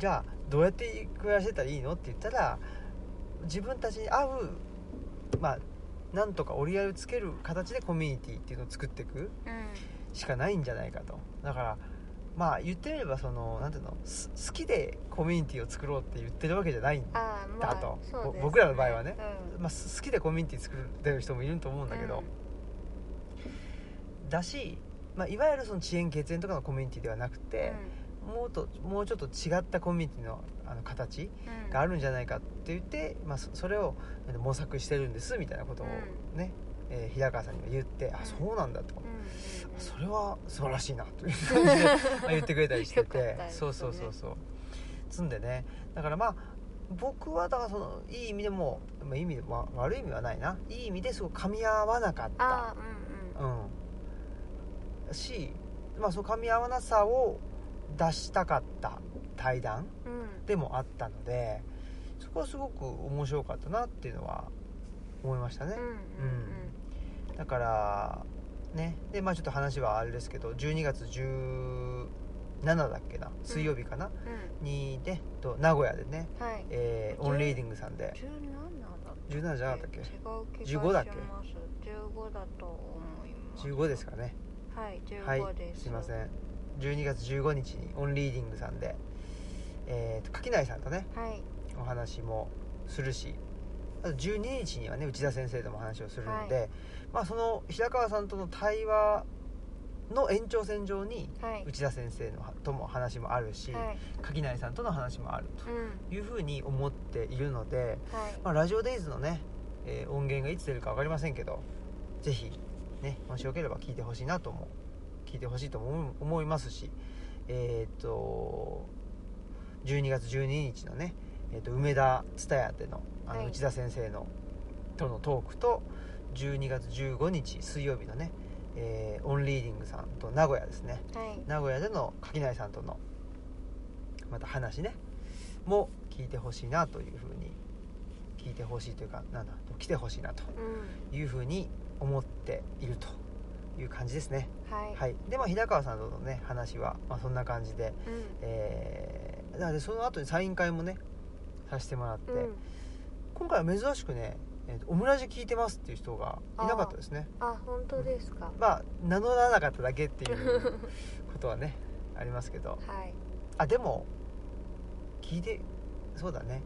[SPEAKER 1] じゃあどうやって暮らしてたらいいのって言ったら自分たちに合うまあなんとか折り合いをつける形でコミュニティっていうのを作っていく
[SPEAKER 2] うん
[SPEAKER 1] しかないんじゃないかとだからまあ言ってみればそのなんていうのす好きでコミュニティを作ろうって言ってるわけじゃない、
[SPEAKER 2] ああまあ
[SPEAKER 1] だと
[SPEAKER 2] そうです
[SPEAKER 1] ぼ僕らの場合はね
[SPEAKER 2] うん
[SPEAKER 1] まあ、す好きでコミュニティ作ってる人もいると思うんだけど、だし、まあ、いわゆるその遅延血縁とかのコミュニティではなく
[SPEAKER 2] うん
[SPEAKER 1] て、もうともうちょっと違ったコミュニティのあの形
[SPEAKER 2] うん
[SPEAKER 1] があるんじゃないかって言って、まあ、そそれをなんか模索してるんですみたいなことをね、えー平川さんにも言って、あ
[SPEAKER 2] うん
[SPEAKER 1] そうなんだと、
[SPEAKER 2] うんうんうん
[SPEAKER 1] それは素晴らしいなという感 じでまあ言ってくれたりして
[SPEAKER 2] よかった
[SPEAKER 1] て、
[SPEAKER 2] ですね
[SPEAKER 1] そうそうそうそう積んでねだからまあ僕はだからそのいい意味でも、まあ、意味でも悪い意味はないないい意味ですごく噛み合わなかった
[SPEAKER 2] ああうん
[SPEAKER 1] うんし、まあ、その噛み合わなさを出したかった対談
[SPEAKER 2] うんうん
[SPEAKER 1] でもあったのでそこはすごく面白かったなっていうのは思いましたね、
[SPEAKER 2] うん
[SPEAKER 1] だからねでまあちょっと話はあれですけど12月17だっけな水曜日かな、
[SPEAKER 2] うんうん
[SPEAKER 1] にでと名古屋でね、
[SPEAKER 2] はい
[SPEAKER 1] えーオンリーディングさんで
[SPEAKER 2] 十七
[SPEAKER 1] 17
[SPEAKER 2] だっ
[SPEAKER 1] じゃなかったっ
[SPEAKER 2] け
[SPEAKER 1] け
[SPEAKER 2] 違う
[SPEAKER 1] 15
[SPEAKER 2] 気
[SPEAKER 1] だ
[SPEAKER 2] が
[SPEAKER 1] っ
[SPEAKER 2] し
[SPEAKER 1] け
[SPEAKER 2] ます15だと思います
[SPEAKER 1] 15ですかね
[SPEAKER 2] はい
[SPEAKER 1] はい
[SPEAKER 2] 15です
[SPEAKER 1] すいませ
[SPEAKER 2] ん
[SPEAKER 1] ん12月15日にオンリーディングさんで、えー、と柿内さんとね
[SPEAKER 2] はい
[SPEAKER 1] お話もするしあと12日にはね内田先生ともお話をするので、
[SPEAKER 2] は
[SPEAKER 1] まあその平川さんとの対話の延長線上に
[SPEAKER 2] はい
[SPEAKER 1] 内田先生のとも話もあるし、
[SPEAKER 2] はい
[SPEAKER 1] 柿内さんとの話もある
[SPEAKER 2] うん
[SPEAKER 1] というふうに思っているので、
[SPEAKER 2] はい
[SPEAKER 1] まあ、ラジオデイズのね、えー音源がいつ出るか分かりませんけどぜひねもしよければ聞いてほしいなとも聞いてほしいとも思う思いますしえーっと12月12日のね、えーっと梅田蔦屋でのあ
[SPEAKER 2] は
[SPEAKER 1] の
[SPEAKER 2] い
[SPEAKER 1] 内田先生のとのトークと12月15日水曜日のね、えーオンリーディングさんと名古屋ですね
[SPEAKER 2] はい
[SPEAKER 1] 名古屋での垣内さんとのまた話ねも聞いてほしいなというふうに聞いてほしいというかなんだ来てほしいなと
[SPEAKER 2] うん
[SPEAKER 1] いうふうに思っているという感じですね
[SPEAKER 2] はい
[SPEAKER 1] はいでまあ平川さんとのね話は、まあ、そんな感じで
[SPEAKER 2] うん
[SPEAKER 1] えーなのでその後にサイン会もねさせてもらって、
[SPEAKER 2] うん
[SPEAKER 1] 今回は珍しくね、えーとオムラジ聞いてますっていう人がいなかったですね
[SPEAKER 2] あ本当ですか
[SPEAKER 1] まあ名乗 らなかっただけっていうことはねありますけど
[SPEAKER 2] はい
[SPEAKER 1] あでも聞いてそうだね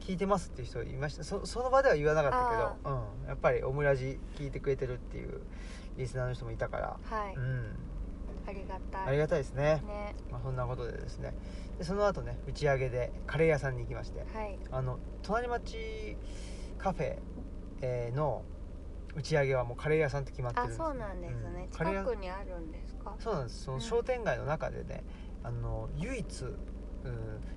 [SPEAKER 1] 聞いてますっていう人いましたそその場では言わなかったけど、うん、やっぱりオムラジ聞いてくれてるっていうリスナーの人もいたから、
[SPEAKER 2] はい、
[SPEAKER 1] うん、
[SPEAKER 2] ありがたい
[SPEAKER 1] ありがたいですね、
[SPEAKER 2] ね
[SPEAKER 1] まあ、そんなことでですねでその後ね打ち上げでカレー屋さんに行きまして
[SPEAKER 2] はい
[SPEAKER 1] あの隣町カフェえーの打ち上げはもうカレー屋さんって決まってるん
[SPEAKER 2] あ
[SPEAKER 1] です
[SPEAKER 2] そうなんですね、
[SPEAKER 1] うんカレー
[SPEAKER 2] 近
[SPEAKER 1] 屋
[SPEAKER 2] くにあるんですか
[SPEAKER 1] そうなんですその
[SPEAKER 2] うん
[SPEAKER 1] 商店街の中でね、あの唯一、うん、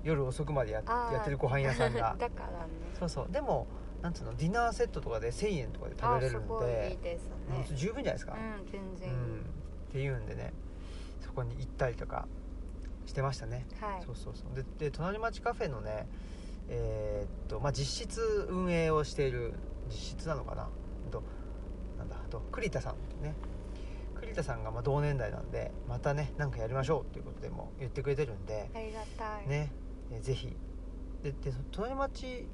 [SPEAKER 1] 夜遅くまでや
[SPEAKER 2] あー
[SPEAKER 1] やってるご飯屋さんが
[SPEAKER 2] だからね
[SPEAKER 1] そうそうでもなんつうのディナーセットとかで1000円とかで食
[SPEAKER 2] あ
[SPEAKER 1] べれ
[SPEAKER 2] す
[SPEAKER 1] るん
[SPEAKER 2] ごいい
[SPEAKER 1] で
[SPEAKER 2] いです
[SPEAKER 1] もう
[SPEAKER 2] ね
[SPEAKER 1] 十分じゃないですか、
[SPEAKER 2] うん全
[SPEAKER 1] う
[SPEAKER 2] 然いい、
[SPEAKER 1] ん、っていうんでねそこに行ったりとかしてましたね、
[SPEAKER 2] はい
[SPEAKER 1] そうそうそうでで隣町カフェのねえーっとまあ実質運営をしている実質なのかなとなんだあと栗田さんね栗田さんがまあ同年代なんでまたね何かやりましょうということでも言ってくれてるんで、
[SPEAKER 2] ありがたい、
[SPEAKER 1] ねえぜひでで隣町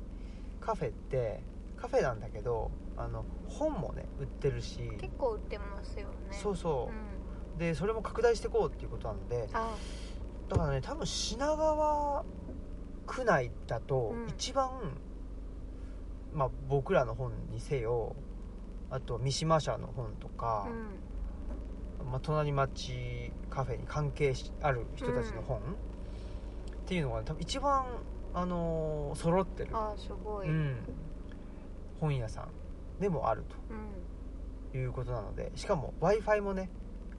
[SPEAKER 1] カフェってカフェなんだけどあの本もね売ってるし、
[SPEAKER 2] 結構売ってますよね
[SPEAKER 1] そうそう、
[SPEAKER 2] ん、
[SPEAKER 1] でそれも拡大していこうっていうことなので
[SPEAKER 2] あ
[SPEAKER 1] だからね多分品川区内だと
[SPEAKER 2] うん
[SPEAKER 1] 一番、まあ、僕らの本にせよあと三島社の本とか
[SPEAKER 2] う、ん
[SPEAKER 1] まあ、隣町カフェに関係しある人たちの本、っていうのが、多分一番あのー揃ってる、
[SPEAKER 2] あすごい、
[SPEAKER 1] う
[SPEAKER 2] うん
[SPEAKER 1] ん、本屋さんでもあるということなのでしかも w i f i もね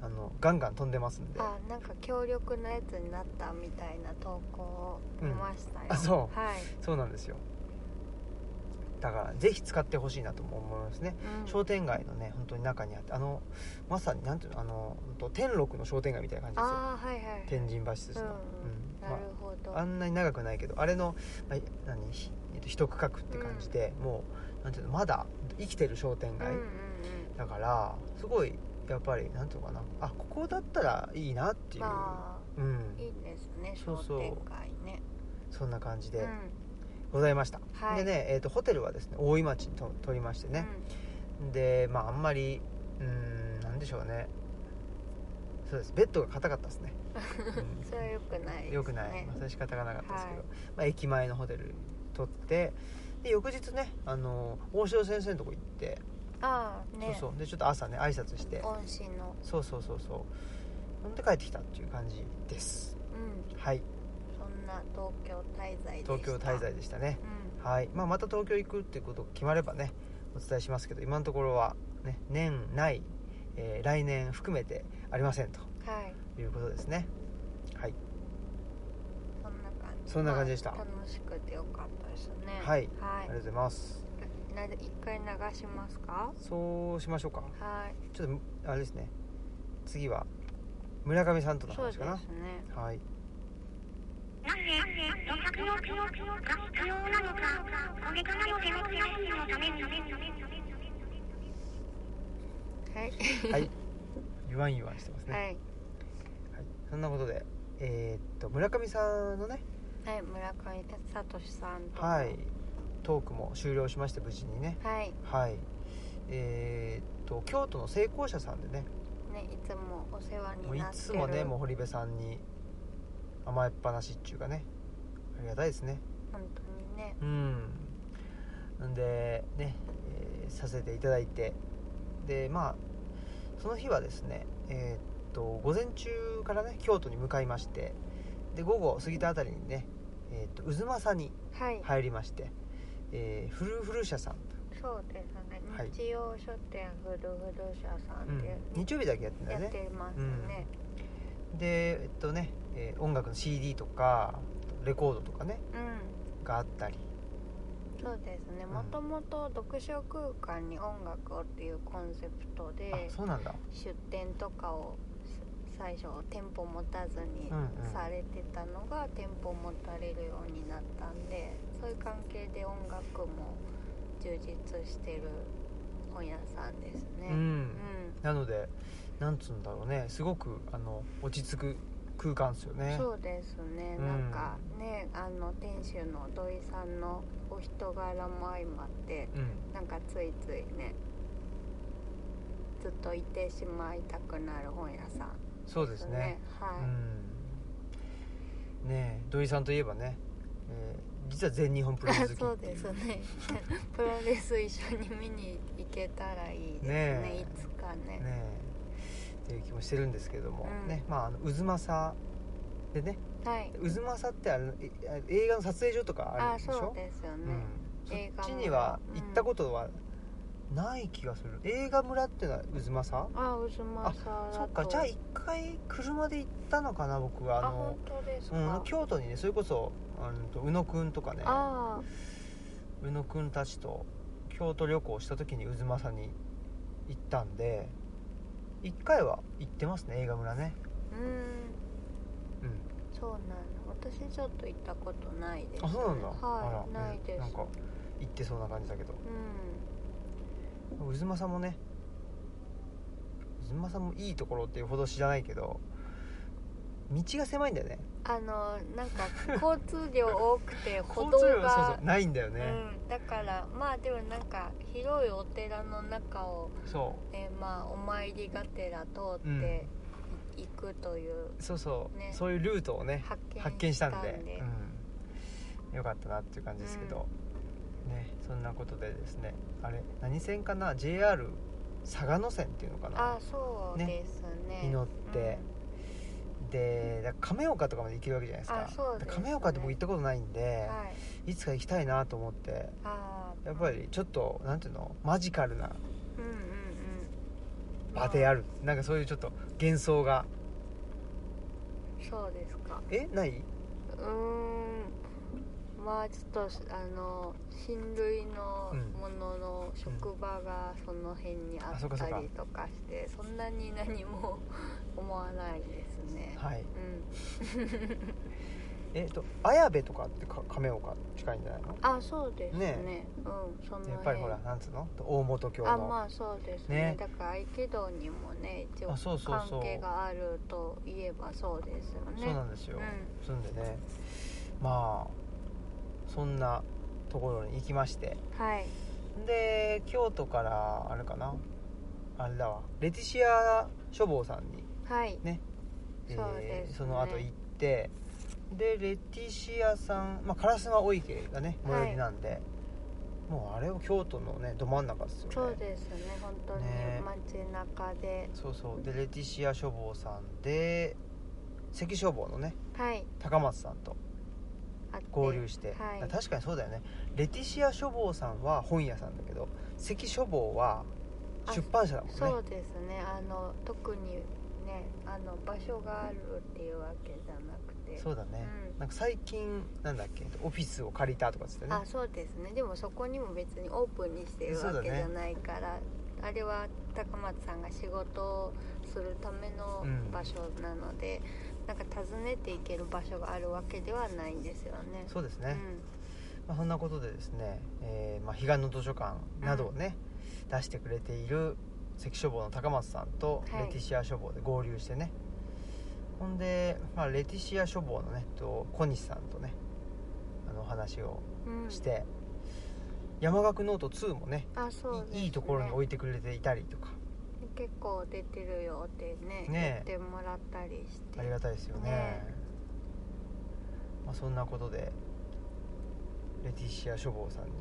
[SPEAKER 1] あのガンガン飛んでますんで
[SPEAKER 2] あなんか強力なやつになったみたいな投稿を見ましたよ、
[SPEAKER 1] うんあそう
[SPEAKER 2] はい、
[SPEAKER 1] そうなんですよだからぜひ使ってほしいなとも思いますね、
[SPEAKER 2] うん
[SPEAKER 1] 商店街のね本当に中にあってあのまさになんていうのあの本当天禄の商店街みたいな感じ
[SPEAKER 2] あーはいはい
[SPEAKER 1] ですよ天神橋筋の、
[SPEAKER 2] うん
[SPEAKER 1] うん
[SPEAKER 2] なるほど、
[SPEAKER 1] まあ、あんなに長くないけどあれの、まあ、何ひえっと一区画って感じで、もうなんていうのまだ生きてる商店街、
[SPEAKER 2] うんうん
[SPEAKER 1] だからすごいやっぱりなんていうのかなあここだったらいいなって
[SPEAKER 2] う
[SPEAKER 1] い
[SPEAKER 2] ん
[SPEAKER 1] う、
[SPEAKER 2] ま
[SPEAKER 1] う
[SPEAKER 2] あい
[SPEAKER 1] ん、
[SPEAKER 2] いですね
[SPEAKER 1] そ
[SPEAKER 2] 商
[SPEAKER 1] うそう
[SPEAKER 2] 店街ね
[SPEAKER 1] そんな感じ
[SPEAKER 2] う
[SPEAKER 1] で
[SPEAKER 2] ん
[SPEAKER 1] ございました、
[SPEAKER 2] は
[SPEAKER 1] で
[SPEAKER 2] い
[SPEAKER 1] ね、えっとホテルはですね大井町にと取りましてね、でまああんまりうーんなんでしょうねそうですベッドが硬かった ですね、
[SPEAKER 2] うんそれは良くないです
[SPEAKER 1] う
[SPEAKER 2] ね
[SPEAKER 1] ん、よくない、まあ、それ仕方がなかったですけど、
[SPEAKER 2] はい
[SPEAKER 1] まあ、駅前のホテル取ってで翌日ねあの大塩先生のとこ行って、
[SPEAKER 2] ああね
[SPEAKER 1] そうそうでちょっと朝ね挨拶して
[SPEAKER 2] 恩師の
[SPEAKER 1] そうそうそうそうほんで帰ってきたっていう感じです
[SPEAKER 2] うん
[SPEAKER 1] はい
[SPEAKER 2] そんな東京滞在でした
[SPEAKER 1] 東京滞在でしたね
[SPEAKER 2] うん
[SPEAKER 1] はい、まあ、また東京行くっていうことが決まればねお伝えしますけど今のところは、ね、年内、えー来年含めてありませんと
[SPEAKER 2] はい
[SPEAKER 1] いうことですねはい、
[SPEAKER 2] そんな感じ
[SPEAKER 1] そんな感じでした
[SPEAKER 2] まあ楽しくて良かったですね
[SPEAKER 1] はいあり
[SPEAKER 2] は
[SPEAKER 1] がとうございます
[SPEAKER 2] いな一回流しますか
[SPEAKER 1] そうしましょうか
[SPEAKER 2] はい
[SPEAKER 1] ちょっとあれですね次は村上さんとの
[SPEAKER 2] そうで
[SPEAKER 1] 話
[SPEAKER 2] す
[SPEAKER 1] かな
[SPEAKER 2] ね
[SPEAKER 1] はい
[SPEAKER 3] なぜ、土作の記憶が必要なのか、これからのデモクラシーのために。
[SPEAKER 2] はい
[SPEAKER 1] はい言わん言わんしてますね、
[SPEAKER 2] はい
[SPEAKER 1] はいそんなことでえーっと村上さんのね
[SPEAKER 2] はい村上聡さんと
[SPEAKER 1] はいトークも終了しまして無事にね
[SPEAKER 2] はい
[SPEAKER 1] はいえーっと京都の成功者さんでね
[SPEAKER 2] ねいつもお世話
[SPEAKER 1] もう
[SPEAKER 2] に
[SPEAKER 1] い
[SPEAKER 2] なってる
[SPEAKER 1] つもねもう堀部さんに甘えっぱなしっちゅうかねありがたいですね
[SPEAKER 2] 本当にね
[SPEAKER 1] うんなんでね、えーさせていただいてでまあその日はですねえーっと午前中からね京都に向かいましてで午後過ぎたあたりにね、えーっと渦政に
[SPEAKER 2] はい
[SPEAKER 1] 入りまして、えーフルフル社さん、
[SPEAKER 2] そうですね
[SPEAKER 1] はい
[SPEAKER 2] 日曜書店ふるふる社さ
[SPEAKER 1] うん
[SPEAKER 2] って
[SPEAKER 1] ん、日曜日だけやってんだ
[SPEAKER 2] や
[SPEAKER 1] よ
[SPEAKER 2] っ
[SPEAKER 1] ね
[SPEAKER 2] てますね
[SPEAKER 1] でえっとね、えー音楽の CD とかレコードとかね
[SPEAKER 2] うん、
[SPEAKER 1] があったり
[SPEAKER 2] そうですね
[SPEAKER 1] ん
[SPEAKER 2] もともと読書空間に音楽をっていうコンセプト
[SPEAKER 1] あ
[SPEAKER 2] で
[SPEAKER 1] そうなんだ
[SPEAKER 2] 出店とかを最初店舗持たずに
[SPEAKER 1] うんうん
[SPEAKER 2] されてたのが店舗持たれるようになったんでそういう関係で音楽も充実してる本屋さんですね。
[SPEAKER 1] う
[SPEAKER 2] うん
[SPEAKER 1] んなのでなんつうんだろうねすごくあの落ち着く空間ですよね
[SPEAKER 2] そうですね、
[SPEAKER 1] うん
[SPEAKER 2] なんかねあの店主の土井さんのお人柄も相まって
[SPEAKER 1] うん
[SPEAKER 2] なんかついついねずっといてしまいたくなる本屋さん
[SPEAKER 1] そうですね
[SPEAKER 2] はい、
[SPEAKER 1] うんねえ土井さんといえばねえー実は全日本プロ レス好き
[SPEAKER 2] そう
[SPEAKER 1] ってい
[SPEAKER 2] ですねプロレス一緒に見に行けたらいいですね
[SPEAKER 1] ねえ
[SPEAKER 2] いつかね
[SPEAKER 1] ねえっていう気もしてるんですけども、
[SPEAKER 2] うん
[SPEAKER 1] ねまああの渦政でね
[SPEAKER 2] はい
[SPEAKER 1] 渦政ってあれいあ映画の撮影所とかあ
[SPEAKER 2] あ
[SPEAKER 1] るでし
[SPEAKER 2] そ
[SPEAKER 1] ょ
[SPEAKER 2] うですよね、
[SPEAKER 1] うん
[SPEAKER 2] 映、
[SPEAKER 1] そ
[SPEAKER 2] 画
[SPEAKER 1] っ
[SPEAKER 2] も
[SPEAKER 1] ちには行ったことはない気がする、映画村っていうのは渦政
[SPEAKER 2] あ渦政だと
[SPEAKER 1] そっかじゃあ一回車で行ったのかな僕はあ
[SPEAKER 2] あ
[SPEAKER 1] の
[SPEAKER 2] 本当ですか、
[SPEAKER 1] うん、京都にねそれこそあのと宇野くんとかね
[SPEAKER 2] あ
[SPEAKER 1] 宇野くんたちと京都旅行した時に渦政に行ったんで一回は行ってますね映画村ね
[SPEAKER 2] ーうん
[SPEAKER 1] うん
[SPEAKER 2] そうなの私ちょっと行ったことないです
[SPEAKER 1] あそうなんだ、
[SPEAKER 2] は
[SPEAKER 1] あ
[SPEAKER 2] い
[SPEAKER 1] ら
[SPEAKER 2] ないです、
[SPEAKER 1] うんなんか行ってそうな感じだけど
[SPEAKER 2] う
[SPEAKER 1] 渦政もね渦政もいいところっていうほど知らないけど道が狭いんだよね
[SPEAKER 2] んあのなんか交通量多く て歩
[SPEAKER 1] 交
[SPEAKER 2] 道
[SPEAKER 1] 通量がそう
[SPEAKER 2] が
[SPEAKER 1] そうないんだよね、
[SPEAKER 2] うん、だからまあでもなんか広いお寺の中を、
[SPEAKER 1] そ
[SPEAKER 2] えーまあ、お参りがてら通っ
[SPEAKER 1] うん
[SPEAKER 2] てい行くという
[SPEAKER 1] うそうそう、
[SPEAKER 2] ね
[SPEAKER 1] そういうルートをね
[SPEAKER 2] 発見
[SPEAKER 1] 発見したんで
[SPEAKER 2] で
[SPEAKER 1] うん、よかったなっていう感じですけど、ねそんなことでですねあれ何線かな JR 嵯峨野線っていうのか
[SPEAKER 2] あ
[SPEAKER 1] な
[SPEAKER 2] そうですね
[SPEAKER 1] に乗ってでだから亀岡とかまで行けるわけじゃないですか
[SPEAKER 2] あそうですね
[SPEAKER 1] だから亀岡って僕行ったことないん
[SPEAKER 2] う
[SPEAKER 1] で
[SPEAKER 2] ん、はい
[SPEAKER 1] いつか行きたいなと思って
[SPEAKER 2] あー
[SPEAKER 1] やっぱりちょっとなんていうのマジカルな
[SPEAKER 2] うんうんうん
[SPEAKER 1] 場である、なんかそういうちょっと幻想が
[SPEAKER 2] そうですか
[SPEAKER 1] えない、
[SPEAKER 2] うーんまあちょっとあの親類の
[SPEAKER 1] うん
[SPEAKER 2] ものの職場がその辺にあ
[SPEAKER 1] あそうか
[SPEAKER 2] っ
[SPEAKER 1] そ
[SPEAKER 2] た
[SPEAKER 1] うか
[SPEAKER 2] りとかしてそんなに何も思わないですね、
[SPEAKER 1] はい
[SPEAKER 2] うん、
[SPEAKER 1] えっと綾部とかってか亀岡近いんじゃないの
[SPEAKER 2] あそうですね
[SPEAKER 1] ね
[SPEAKER 2] うんその辺
[SPEAKER 1] やっぱりほらなんつうの大本教の
[SPEAKER 2] あまあそうです
[SPEAKER 1] ね
[SPEAKER 2] ねだから合気道にもね一応
[SPEAKER 1] あそうそうそう
[SPEAKER 2] 関係があるといえばそうですよね
[SPEAKER 1] そうなんですよ、
[SPEAKER 2] う
[SPEAKER 1] そんでねまあそんなところに行きまして
[SPEAKER 2] はい
[SPEAKER 1] で京都からあれかなあれだわレティシア書房さんに、
[SPEAKER 2] はい
[SPEAKER 1] えー
[SPEAKER 2] そうですね
[SPEAKER 1] その後行ってでレティシアさん、まあ、烏丸御池がね最寄りなんで、もうあれを京都のねど真ん中ですよね
[SPEAKER 2] そうですね本当に
[SPEAKER 1] ね
[SPEAKER 2] 街中で、
[SPEAKER 1] そうそうでレティシア書房さんで関書房のね
[SPEAKER 2] はい
[SPEAKER 1] 高松さんと
[SPEAKER 2] あって
[SPEAKER 1] 合流して、
[SPEAKER 2] はい
[SPEAKER 1] 確かにそうだよねレティシア書房さんは本屋さんだけど関書房は
[SPEAKER 2] あ
[SPEAKER 1] 出版社だもんね
[SPEAKER 2] そうですねあの特にねあの場所があるっていうわけじゃなくて
[SPEAKER 1] そうだね、
[SPEAKER 2] うん
[SPEAKER 1] なんか最近なんだっけオフィスを借りたとかっつってね
[SPEAKER 2] あそうですねでもそこにも別にオープンにしてる
[SPEAKER 1] そうだ
[SPEAKER 2] わ
[SPEAKER 1] ね
[SPEAKER 2] けじゃないから、あれは高松さんが仕事をするための
[SPEAKER 1] うん
[SPEAKER 2] 場所なので、なんか訪ねていける場所があるわけではないんですよね
[SPEAKER 1] そうですね、まあ、そんなことでですね、えーまあ、彼岸の図書館などをね、出してくれている関書房の高松さんと
[SPEAKER 2] はい
[SPEAKER 1] レティシア書房で合流してね、ほんで、まあ、レティシア書房のねと小西さんとねあのお話を
[SPEAKER 2] うん、うん
[SPEAKER 1] して、山岳ノート2もね
[SPEAKER 2] あそうです、ね、
[SPEAKER 1] いいいところに置いてくれていたりとか
[SPEAKER 2] 結構出てるよってね
[SPEAKER 1] ね
[SPEAKER 2] 言ってもらったりして
[SPEAKER 1] ありがたいですよね
[SPEAKER 2] ね
[SPEAKER 1] まあ、そんなことでレティシア書房さんに、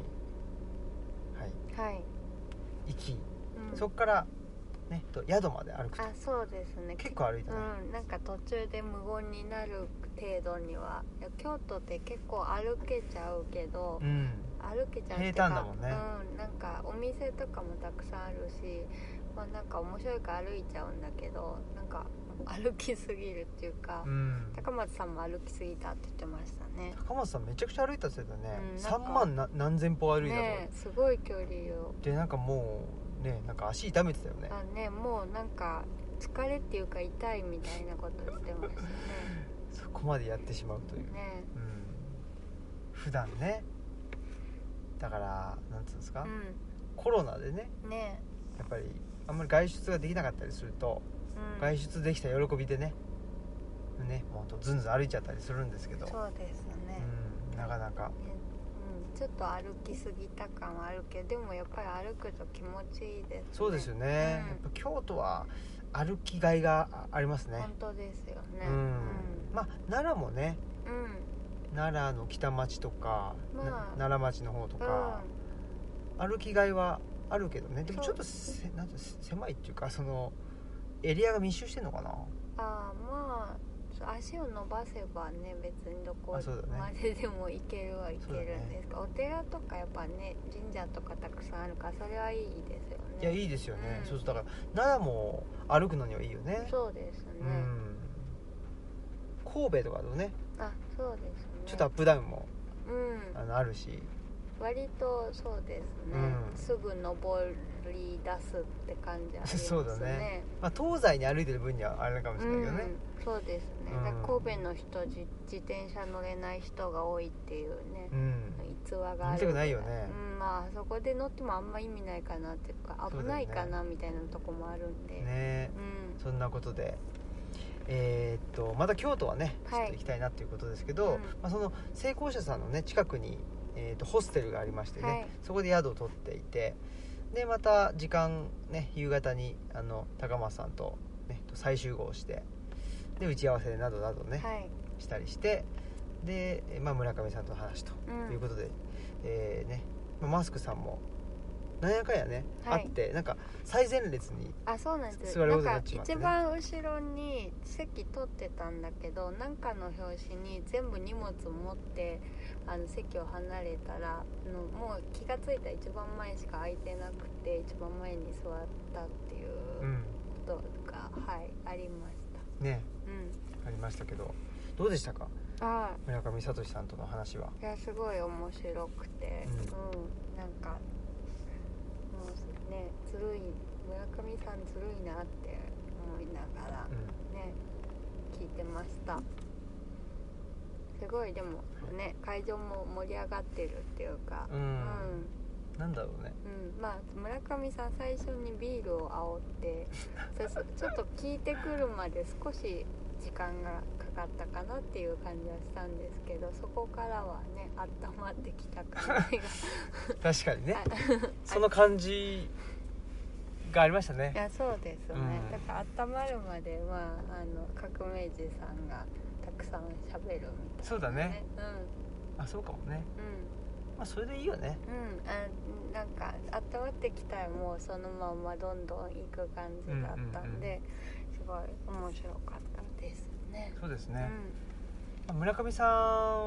[SPEAKER 1] はい、
[SPEAKER 2] はい、
[SPEAKER 1] 行き、
[SPEAKER 2] うん
[SPEAKER 1] そこから、ね、と宿まで歩くと
[SPEAKER 2] あそうですね
[SPEAKER 1] 結構歩いたね、
[SPEAKER 2] うん、なんか途中で無言になる程度にはいや京都って結構歩けちゃうけど、
[SPEAKER 1] うん
[SPEAKER 2] 歩けちゃうっていう
[SPEAKER 1] 平坦
[SPEAKER 2] か
[SPEAKER 1] だもんね
[SPEAKER 2] うん、なんかお店とかもたくさんあるし、まあ、なんか面白いから歩いちゃうんだけどなんか歩きすぎるっていうか、
[SPEAKER 1] うん
[SPEAKER 2] 高松さんも歩きすぎたって言ってましたね
[SPEAKER 1] 高松さんめちゃくちゃ歩いたって言ってたね、
[SPEAKER 2] うん
[SPEAKER 1] 3万な何千歩歩いたとか、
[SPEAKER 2] ねえすごい距離を
[SPEAKER 1] でなんかもうねなんか足痛めてたよね
[SPEAKER 2] あねもうなんか疲れっていうか痛いみたいなことしてましたね
[SPEAKER 1] そこまでやってしまうという
[SPEAKER 2] ね
[SPEAKER 1] うん普段ねだからなんつうんですか、コロナでね
[SPEAKER 2] うんね
[SPEAKER 1] やっぱりあんまり外出ができなかったりすると、
[SPEAKER 2] うん
[SPEAKER 1] 外出できた喜びでねねもうほんとずんずん歩いちゃったりするんですけど
[SPEAKER 2] そうですね、
[SPEAKER 1] うん、なかなか
[SPEAKER 2] うんちょっと歩きすぎた感はあるけどでもやっぱり歩くと気持ちいいですね
[SPEAKER 1] そうですよね、
[SPEAKER 2] うん
[SPEAKER 1] やっぱ京都は歩きがいがあありますね
[SPEAKER 2] 本当ですよね
[SPEAKER 1] うん、まあ奈良もね
[SPEAKER 2] うん、うん、
[SPEAKER 1] 奈良の北町とか、な
[SPEAKER 2] まあ
[SPEAKER 1] 奈良町の方とか、歩きがいはあるけどねでもちょっとせなんていうの狭いっていうかそのエリアが密集してんのかな
[SPEAKER 2] ああまあそう足を伸ばせばね別にどこ
[SPEAKER 1] あそうだね
[SPEAKER 2] まででも行けるは行けるんですか、お寺とかやっぱね神社とかたくさんあるからそれはいいですよね
[SPEAKER 1] いやいいですよね、
[SPEAKER 2] うん
[SPEAKER 1] そうそうだから奈良も歩くのにはいいよね
[SPEAKER 2] そうですね、
[SPEAKER 1] うん神戸とかだとね
[SPEAKER 2] あそうですね
[SPEAKER 1] ちょっとアップダウンも
[SPEAKER 2] うん
[SPEAKER 1] あのあるし
[SPEAKER 2] 割とそうですね、
[SPEAKER 1] うん
[SPEAKER 2] すぐ登り出すって感じありますね
[SPEAKER 1] そうだねまあ、東西に歩いてる分にはあれかもしれないけどね、
[SPEAKER 2] うん、そうですね、
[SPEAKER 1] うん
[SPEAKER 2] だから神戸の人じ自転車乗れない人が多いっていうね
[SPEAKER 1] う、ん
[SPEAKER 2] 逸話が
[SPEAKER 1] 乗
[SPEAKER 2] ある
[SPEAKER 1] りたくないよね
[SPEAKER 2] うん、まあそこで乗ってもあんま意味ないかなっていうか
[SPEAKER 1] そうだ
[SPEAKER 2] 危
[SPEAKER 1] よ
[SPEAKER 2] な
[SPEAKER 1] ね
[SPEAKER 2] いかなみたいなとこもあるんで、
[SPEAKER 1] ね
[SPEAKER 2] うん
[SPEAKER 1] そんなことでえーっとまた京都はねちょ
[SPEAKER 2] はい
[SPEAKER 1] っと行きたいなっていうことですけど、
[SPEAKER 2] うん
[SPEAKER 1] まあ、その成功者さんのね近くに、えーっとホステルがありましてね、
[SPEAKER 2] はい
[SPEAKER 1] そこで宿を取っていてでまた時間ね夕方にあの高松さんと、ね、再集合してで打ち合わせなどなどね、
[SPEAKER 2] はい、
[SPEAKER 1] したりしてで、まあ、村上さんとの話と
[SPEAKER 2] うん
[SPEAKER 1] いうことで、えーねまあマスクさんもなんやかんやね、
[SPEAKER 2] はい
[SPEAKER 1] あってなんか最前列に
[SPEAKER 2] あそうなんです
[SPEAKER 1] 座るこ
[SPEAKER 2] なん
[SPEAKER 1] とにな
[SPEAKER 2] か
[SPEAKER 1] っちまって
[SPEAKER 2] 一
[SPEAKER 1] ね
[SPEAKER 2] 番後ろに席取ってたんだけどなんかの拍子に全部荷物持ってあの席を離れたらあのもう気がついた一番前しか空いてなくて一番前に座ったっていううんことが、はいありました
[SPEAKER 1] ね
[SPEAKER 2] うん
[SPEAKER 1] ありましたけどどうでしたか
[SPEAKER 2] ああ
[SPEAKER 1] 村上聡さんとの話はい
[SPEAKER 2] やすごい面白くて、
[SPEAKER 1] うん
[SPEAKER 2] うん、なんかもうねずるい村上さんずるいなって思いながら
[SPEAKER 1] う
[SPEAKER 2] ね聞いてましたすごいでもね会場も盛り上がってるっていうか
[SPEAKER 1] ん、うんなんだろうね
[SPEAKER 2] うんうんまあ村上さん最初にビールを煽って そちょっと聞いてくるまで少し時間がかかったかなっていう感じはしたんですけどそこからはね温まってきた感 じが
[SPEAKER 1] 確かにね
[SPEAKER 2] あ
[SPEAKER 1] その感じがありました
[SPEAKER 2] い
[SPEAKER 1] ね
[SPEAKER 2] やそうです
[SPEAKER 1] う
[SPEAKER 2] ね、
[SPEAKER 1] ん
[SPEAKER 2] だから温まるまでまああの革命児さんがたくさんしゃべるみ
[SPEAKER 1] そうだ
[SPEAKER 2] たいな
[SPEAKER 1] ねあそうかもね
[SPEAKER 2] うんうん
[SPEAKER 1] まあそれでいいよね
[SPEAKER 2] うん、あなんか温まってきたらもうそのままどんどん行く感じだったんで、すごい面白かったですね。
[SPEAKER 1] そうですね、まあ村上さ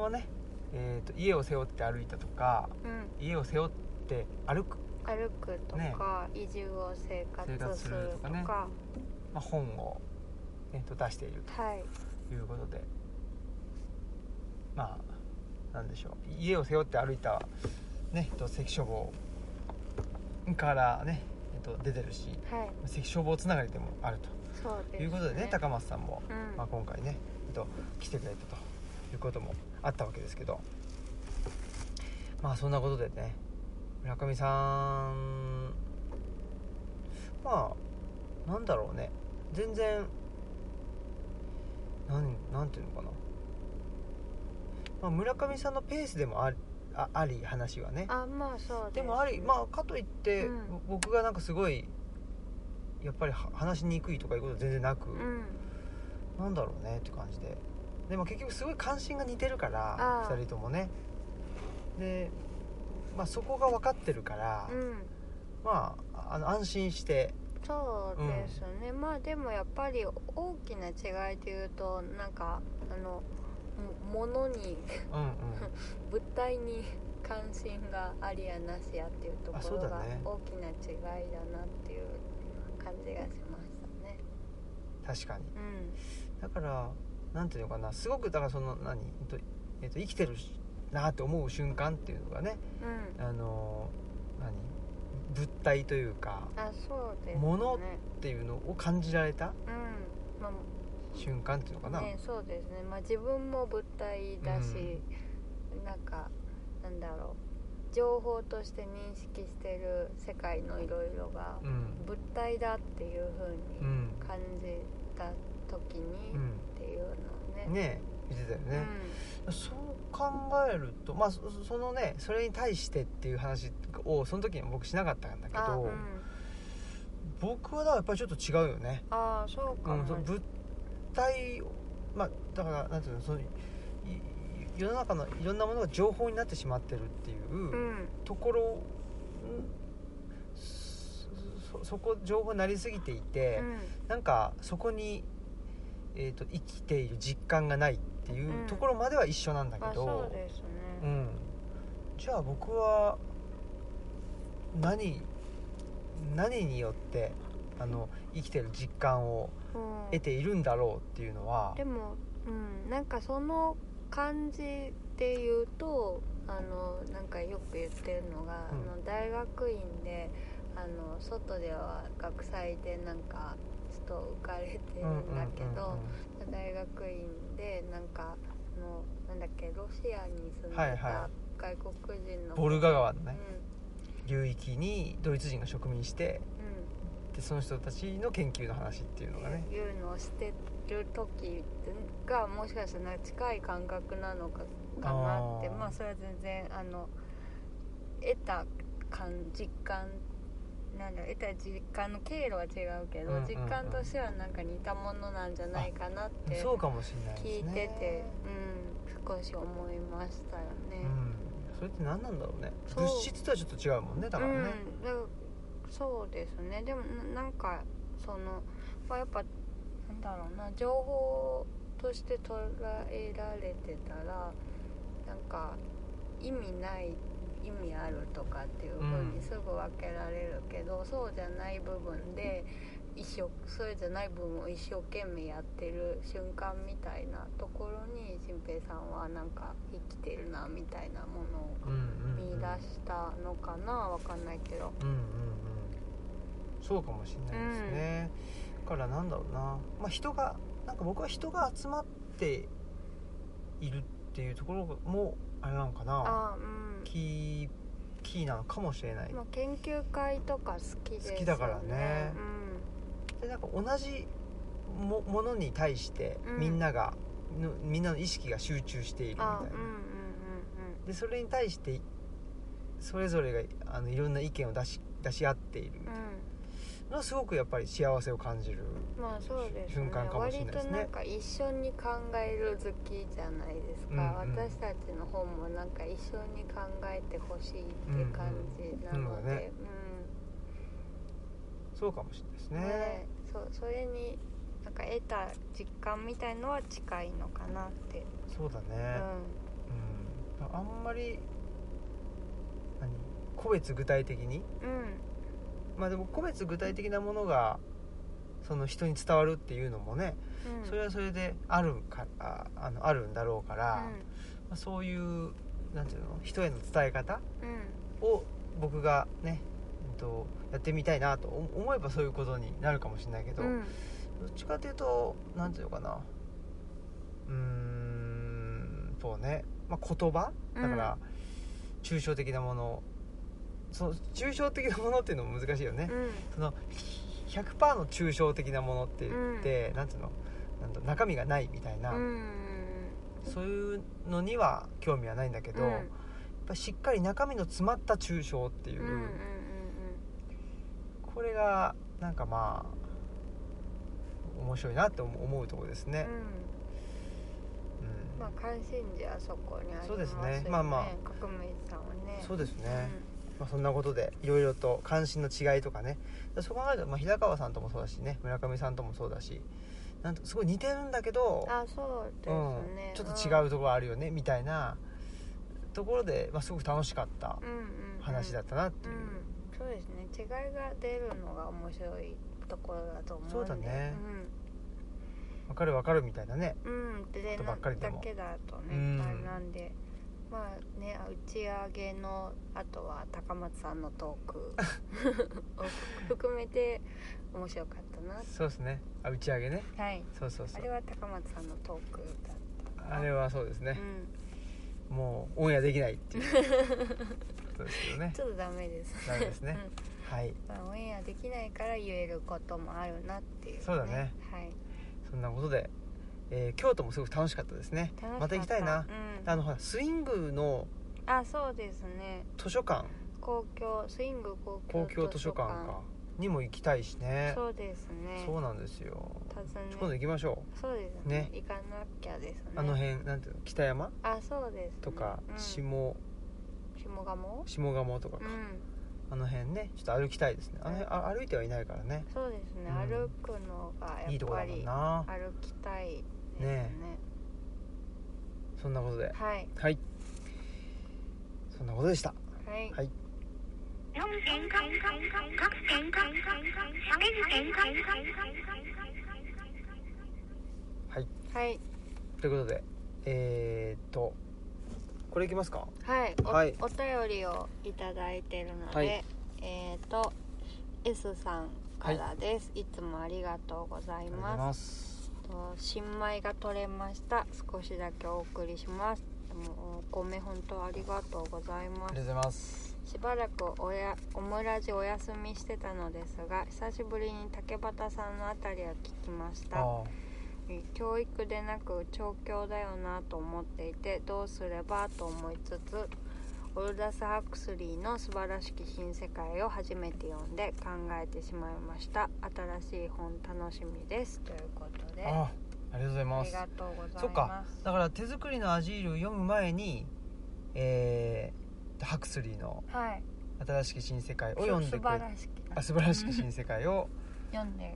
[SPEAKER 1] んはね、えー、と家を背負って歩いたとか
[SPEAKER 2] うん、うん、
[SPEAKER 1] 家を背負って歩く、
[SPEAKER 2] 歩くとか、移住を生
[SPEAKER 1] 生
[SPEAKER 2] 活
[SPEAKER 1] 活
[SPEAKER 2] す
[SPEAKER 1] す
[SPEAKER 2] る
[SPEAKER 1] る
[SPEAKER 2] と
[SPEAKER 1] と
[SPEAKER 2] か
[SPEAKER 1] かねまあ、本を、ね、と出している
[SPEAKER 2] はい
[SPEAKER 1] ということでまあなんでしょう家を背負って歩いた、ね、と関書房からね、えっと出てるし
[SPEAKER 2] はい
[SPEAKER 1] 関書房つながりでもある
[SPEAKER 2] そう
[SPEAKER 1] と
[SPEAKER 2] ですね。
[SPEAKER 1] いうことでね高松さんも、
[SPEAKER 2] うん
[SPEAKER 1] まあ、今回ね、えっと来てくれたということもあったわけですけどまあそんなことでね村上さんまあなんだろうね全然なんなんていうのかな、まあ、村上さんのペースでもありああり話はね
[SPEAKER 2] あまあそうです
[SPEAKER 1] でもありまあかといって、
[SPEAKER 2] うん
[SPEAKER 1] ぼ僕がなんかすごいやっぱりは話しにくいとかいうことは全然なく、
[SPEAKER 2] うん
[SPEAKER 1] なんだろうねって感じででも結局すごい関心が似てるから
[SPEAKER 2] あー
[SPEAKER 1] 2人ともねで、まあ、そこが分かってるから、
[SPEAKER 2] うん
[SPEAKER 1] まああの安心して
[SPEAKER 2] そうですね、まあでもやっぱり大きな違いというとなんかあのも物に
[SPEAKER 1] うんうん
[SPEAKER 2] 物体に関心がありやなしやっていうとこ
[SPEAKER 1] あそ
[SPEAKER 2] ろ
[SPEAKER 1] うだ
[SPEAKER 2] が
[SPEAKER 1] ね
[SPEAKER 2] 大きな違いだなっていう感じがしましたね。
[SPEAKER 1] 確かに
[SPEAKER 2] うん、
[SPEAKER 1] だからなんていうのかなすごくだからその何、えっとえっと、生きてるなって思う瞬間っていうのがね
[SPEAKER 2] うん、
[SPEAKER 1] あの何物体というか
[SPEAKER 2] あそうですね。
[SPEAKER 1] 物っていうのを感じられた
[SPEAKER 2] うん、ま
[SPEAKER 1] 瞬間っていうのか
[SPEAKER 2] あ
[SPEAKER 1] な、
[SPEAKER 2] ねそうですね。まあ自分も物体だし、なんかなんだろう情報として認識してる世界のいろいろが
[SPEAKER 1] うん
[SPEAKER 2] 物体だっていう
[SPEAKER 1] う
[SPEAKER 2] 風に
[SPEAKER 1] ん
[SPEAKER 2] 感じた時にっていうのをね。
[SPEAKER 1] うんねえ見てたよね、
[SPEAKER 2] うん
[SPEAKER 1] そう考えるとまあそそのねそれに対してっていう話をその時には僕しなかったんだけ
[SPEAKER 2] あ、
[SPEAKER 1] ど、
[SPEAKER 2] うん、
[SPEAKER 1] 僕はだからやっぱりちょっと違うよね、
[SPEAKER 2] あーそう
[SPEAKER 1] う
[SPEAKER 2] か
[SPEAKER 1] ん
[SPEAKER 2] も、
[SPEAKER 1] その物体まあだからなんていうのそのいい世の中のいろんなものが情報になってしまってるっていううんところ、そそそこ情報になりすぎていて、なんかそこに、えー、と生きている実感がないっていうところまでは一緒なんだ
[SPEAKER 2] まあ
[SPEAKER 1] け
[SPEAKER 2] そ
[SPEAKER 1] ど
[SPEAKER 2] う、です
[SPEAKER 1] う
[SPEAKER 2] ね、
[SPEAKER 1] ん、じゃあ僕は何何によってあの生きてる実感を
[SPEAKER 2] うん
[SPEAKER 1] 得ているんだろうっていうのは
[SPEAKER 2] でも、うん、なんかその感じで言うとあのなんかよく言ってるのが、
[SPEAKER 1] うん
[SPEAKER 2] あの大学院であの外では学祭でなんかちょっと浮かれてるんだけど、大学院でなんかあのなんだっけロシアに住んで
[SPEAKER 1] はい
[SPEAKER 2] た
[SPEAKER 1] は
[SPEAKER 2] 外国人の、
[SPEAKER 1] ボルガ川の
[SPEAKER 2] う
[SPEAKER 1] ね
[SPEAKER 2] ん、
[SPEAKER 1] 流域にドイツ人が植民して
[SPEAKER 2] うん
[SPEAKER 1] でその人たちの研究の話っていうのがね
[SPEAKER 2] いうのをしてる時がもしかしたら近い感覚なのかかなって
[SPEAKER 1] あー
[SPEAKER 2] まあそれは全然あの得た感実感なんだろう得た実感の経路は違うけど、
[SPEAKER 1] うんうんうん
[SPEAKER 2] 実感としてはなんか似たものなんじゃないかなって
[SPEAKER 1] そうかもしれないで
[SPEAKER 2] 聞い
[SPEAKER 1] すね
[SPEAKER 2] てて、うん、少し思いましたよ
[SPEAKER 1] う
[SPEAKER 2] ね。
[SPEAKER 1] ん、それって何なんだろうね
[SPEAKER 2] そう
[SPEAKER 1] 物質とはちょっと違うもんねだからね、
[SPEAKER 2] うん、だからそうですねでもななんかその、まあ、やっぱなんだろうな情報として捉えられてたらなんか意味ない意味あるとかっていう風
[SPEAKER 1] うん
[SPEAKER 2] にすぐ分けられるけど、そうじゃない部分で一生それじゃない部分を一生懸命やってる瞬間みたいなところに新平さんはなんか生きてるなみたいなものを
[SPEAKER 1] うんうんうん
[SPEAKER 2] 見出したのかなわかんないけど
[SPEAKER 1] うんうんうんそうかもしれないですね、だからなんだろうな、まあ、人がなんか僕は人が集まっているっていうところもあれなのかな
[SPEAKER 2] あうん
[SPEAKER 1] キーキーなのかもしれない
[SPEAKER 2] まあ研究会とか好きですよね
[SPEAKER 1] 好きだからねでなんか同じもものに対して
[SPEAKER 2] うん
[SPEAKER 1] みんなが、のみんなの意識が集中しているみ
[SPEAKER 2] うん
[SPEAKER 1] たい
[SPEAKER 2] あ
[SPEAKER 1] な
[SPEAKER 2] うんうんうん
[SPEAKER 1] でそれに対してそれぞれがあのいろんな意見を出し出し合っている
[SPEAKER 2] うんうん
[SPEAKER 1] のはすごくやっぱり幸せを感じる
[SPEAKER 2] まあそうですね
[SPEAKER 1] 瞬間かもしれないですね
[SPEAKER 2] 割となんか一緒に考える好きじゃないですか、
[SPEAKER 1] うんうん
[SPEAKER 2] 私たちの方もなんか一緒に考えてほしいって感じなの
[SPEAKER 1] うんうんそうだ
[SPEAKER 2] で
[SPEAKER 1] ねそうかもしれないです
[SPEAKER 2] うん
[SPEAKER 1] ね。
[SPEAKER 2] ねそそれになんか得た実感みたいのは近いのかなって、
[SPEAKER 1] そうだ
[SPEAKER 2] う
[SPEAKER 1] ね、
[SPEAKER 2] ん
[SPEAKER 1] うんあんまり何個別具体的に
[SPEAKER 2] うん
[SPEAKER 1] まあでも個別具体的なものがその人に伝わるっていうのもね、
[SPEAKER 2] うん、
[SPEAKER 1] それはそれであるかああのあるんだろうから、まあ、そういうなんていうの人への伝え方
[SPEAKER 2] うんうん
[SPEAKER 1] を僕がね、えっと、やってみたいなと思思えばそういうことになるかもしれないけど、
[SPEAKER 2] う
[SPEAKER 1] ど
[SPEAKER 2] ん
[SPEAKER 1] っちかというとなんていうのかなうーんそうね、まあ、言葉だから、抽象的なものその抽象的なものっていうのも難しいよね、
[SPEAKER 2] うん
[SPEAKER 1] その100%の抽象的なものって言って、なんていうのなんだ中身がないみたいな、
[SPEAKER 2] うん
[SPEAKER 1] そういうのには興味はないんだけど、
[SPEAKER 2] うん
[SPEAKER 1] やっぱしっかり中身の詰まった抽象っていう、
[SPEAKER 2] うんうんうん
[SPEAKER 1] これがなんかまあ面白いなって思う思うところですね
[SPEAKER 2] う、ん
[SPEAKER 1] うん
[SPEAKER 2] まあ関心事はそこにあります
[SPEAKER 1] そ
[SPEAKER 2] よ
[SPEAKER 1] う
[SPEAKER 2] ね
[SPEAKER 1] ですねまあまあ
[SPEAKER 2] 革命児さんはね
[SPEAKER 1] そうですね、
[SPEAKER 2] う
[SPEAKER 1] まあ、そんなことでいろいろと関心の違いとかねそう考えると、まあ、平川さんともそうだしね村上さんともそうだしなんとすごい似てるんだけど
[SPEAKER 2] ん、あそうです
[SPEAKER 1] う
[SPEAKER 2] ね、
[SPEAKER 1] ん、ちょっと違
[SPEAKER 2] う
[SPEAKER 1] うところあるよね、みたいなところで、まあ、すごく楽しかった
[SPEAKER 2] んうんうん
[SPEAKER 1] 話だったなって
[SPEAKER 2] う
[SPEAKER 1] いう、
[SPEAKER 2] んそうですね違いが出るのが面白いところだと思うんで
[SPEAKER 1] そうだねわかるわかるみたいなね
[SPEAKER 2] うん、うん、で
[SPEAKER 1] ことばっかりでも
[SPEAKER 2] だけだとね、
[SPEAKER 1] うん
[SPEAKER 2] あれなんでまあね打ち上げのあとは高松さんのト ークを含めて面白かったな
[SPEAKER 1] そうですねあ打ち上げね
[SPEAKER 2] はい
[SPEAKER 1] そうそうそ
[SPEAKER 2] あ
[SPEAKER 1] う
[SPEAKER 2] れは高松さんのトークだった
[SPEAKER 1] あれはそうです
[SPEAKER 2] う
[SPEAKER 1] ね、
[SPEAKER 2] ん
[SPEAKER 1] もうオンエアできないっていうことですよね
[SPEAKER 2] ちょっとダメです
[SPEAKER 1] ダメですね
[SPEAKER 2] うん
[SPEAKER 1] はい
[SPEAKER 2] まあ、オンエアできないから言えることもあるなっていう、
[SPEAKER 1] そうだね
[SPEAKER 2] はい
[SPEAKER 1] そんなことで、えー京都もすごく楽しかったですね
[SPEAKER 2] 楽しかった
[SPEAKER 1] また行きたいな、
[SPEAKER 2] うん、
[SPEAKER 1] あのほらスイングの
[SPEAKER 2] あそうですね
[SPEAKER 1] 図書館
[SPEAKER 2] 公共スイング
[SPEAKER 1] 公
[SPEAKER 2] 公共
[SPEAKER 1] 共
[SPEAKER 2] 図
[SPEAKER 1] 図
[SPEAKER 2] 書
[SPEAKER 1] 書
[SPEAKER 2] 館
[SPEAKER 1] 館かにも行きたいしね
[SPEAKER 2] そうですね
[SPEAKER 1] そうなんですよ
[SPEAKER 2] 訪ね
[SPEAKER 1] 今度行きましょ
[SPEAKER 2] そうです
[SPEAKER 1] ね
[SPEAKER 2] ね行かなきゃですね
[SPEAKER 1] うあの辺なんていうの北山
[SPEAKER 2] あそうです、ね、
[SPEAKER 1] とか、
[SPEAKER 2] うん、
[SPEAKER 1] 下
[SPEAKER 2] 下鴨
[SPEAKER 1] 下鴨とか
[SPEAKER 2] う
[SPEAKER 1] か、
[SPEAKER 2] ん
[SPEAKER 1] あの辺ねちょっと歩きたいですねあの辺あ歩いてはいないからね
[SPEAKER 2] そうですね、
[SPEAKER 1] うん
[SPEAKER 2] 歩くのがや
[SPEAKER 1] いいと
[SPEAKER 2] っ
[SPEAKER 1] こ
[SPEAKER 2] ぱ
[SPEAKER 1] だもん
[SPEAKER 2] り
[SPEAKER 1] な
[SPEAKER 2] 歩きたいですね
[SPEAKER 1] ねそんなことで
[SPEAKER 2] はい
[SPEAKER 1] はいそんなことでした
[SPEAKER 2] はい、
[SPEAKER 1] はい
[SPEAKER 3] 読む展開書く展開喋る展開
[SPEAKER 1] はい
[SPEAKER 2] はい
[SPEAKER 1] ということでえー、っとこれいきますか
[SPEAKER 2] はい、お,、
[SPEAKER 1] はい
[SPEAKER 2] お便りをいただいてるので、
[SPEAKER 1] はい
[SPEAKER 2] えっ、と S さんからです、い、つもありがとうござい
[SPEAKER 1] ありがとうござい
[SPEAKER 2] ま
[SPEAKER 1] ますす
[SPEAKER 2] と新米が取れました少しだけお送りしますでもお米本当ありがとうござい
[SPEAKER 1] ありがと
[SPEAKER 2] ます
[SPEAKER 1] うございます
[SPEAKER 2] しばらくおやオムラジお休みしてたのですが久しぶりに竹端さんのあたりを聞きまし
[SPEAKER 1] あ
[SPEAKER 2] た
[SPEAKER 1] ー
[SPEAKER 2] えー教育でなく調教だよなと思っていてどうすればと思いつつオルダス・ハクスリーの「素晴らしき新世界」を初めて読んで考えてしまいました新しい本楽しみですということであ
[SPEAKER 1] あーありがとうございま
[SPEAKER 2] り
[SPEAKER 1] す
[SPEAKER 2] がとうございます
[SPEAKER 1] そっかだから手作りのアジールを読む前にえー、ハクスリーの
[SPEAKER 2] はい
[SPEAKER 1] 「新しき新世界」を読んで
[SPEAKER 2] 素
[SPEAKER 1] くれ
[SPEAKER 2] 晴らしきな
[SPEAKER 1] あ素晴らしき新世界を
[SPEAKER 2] 読んで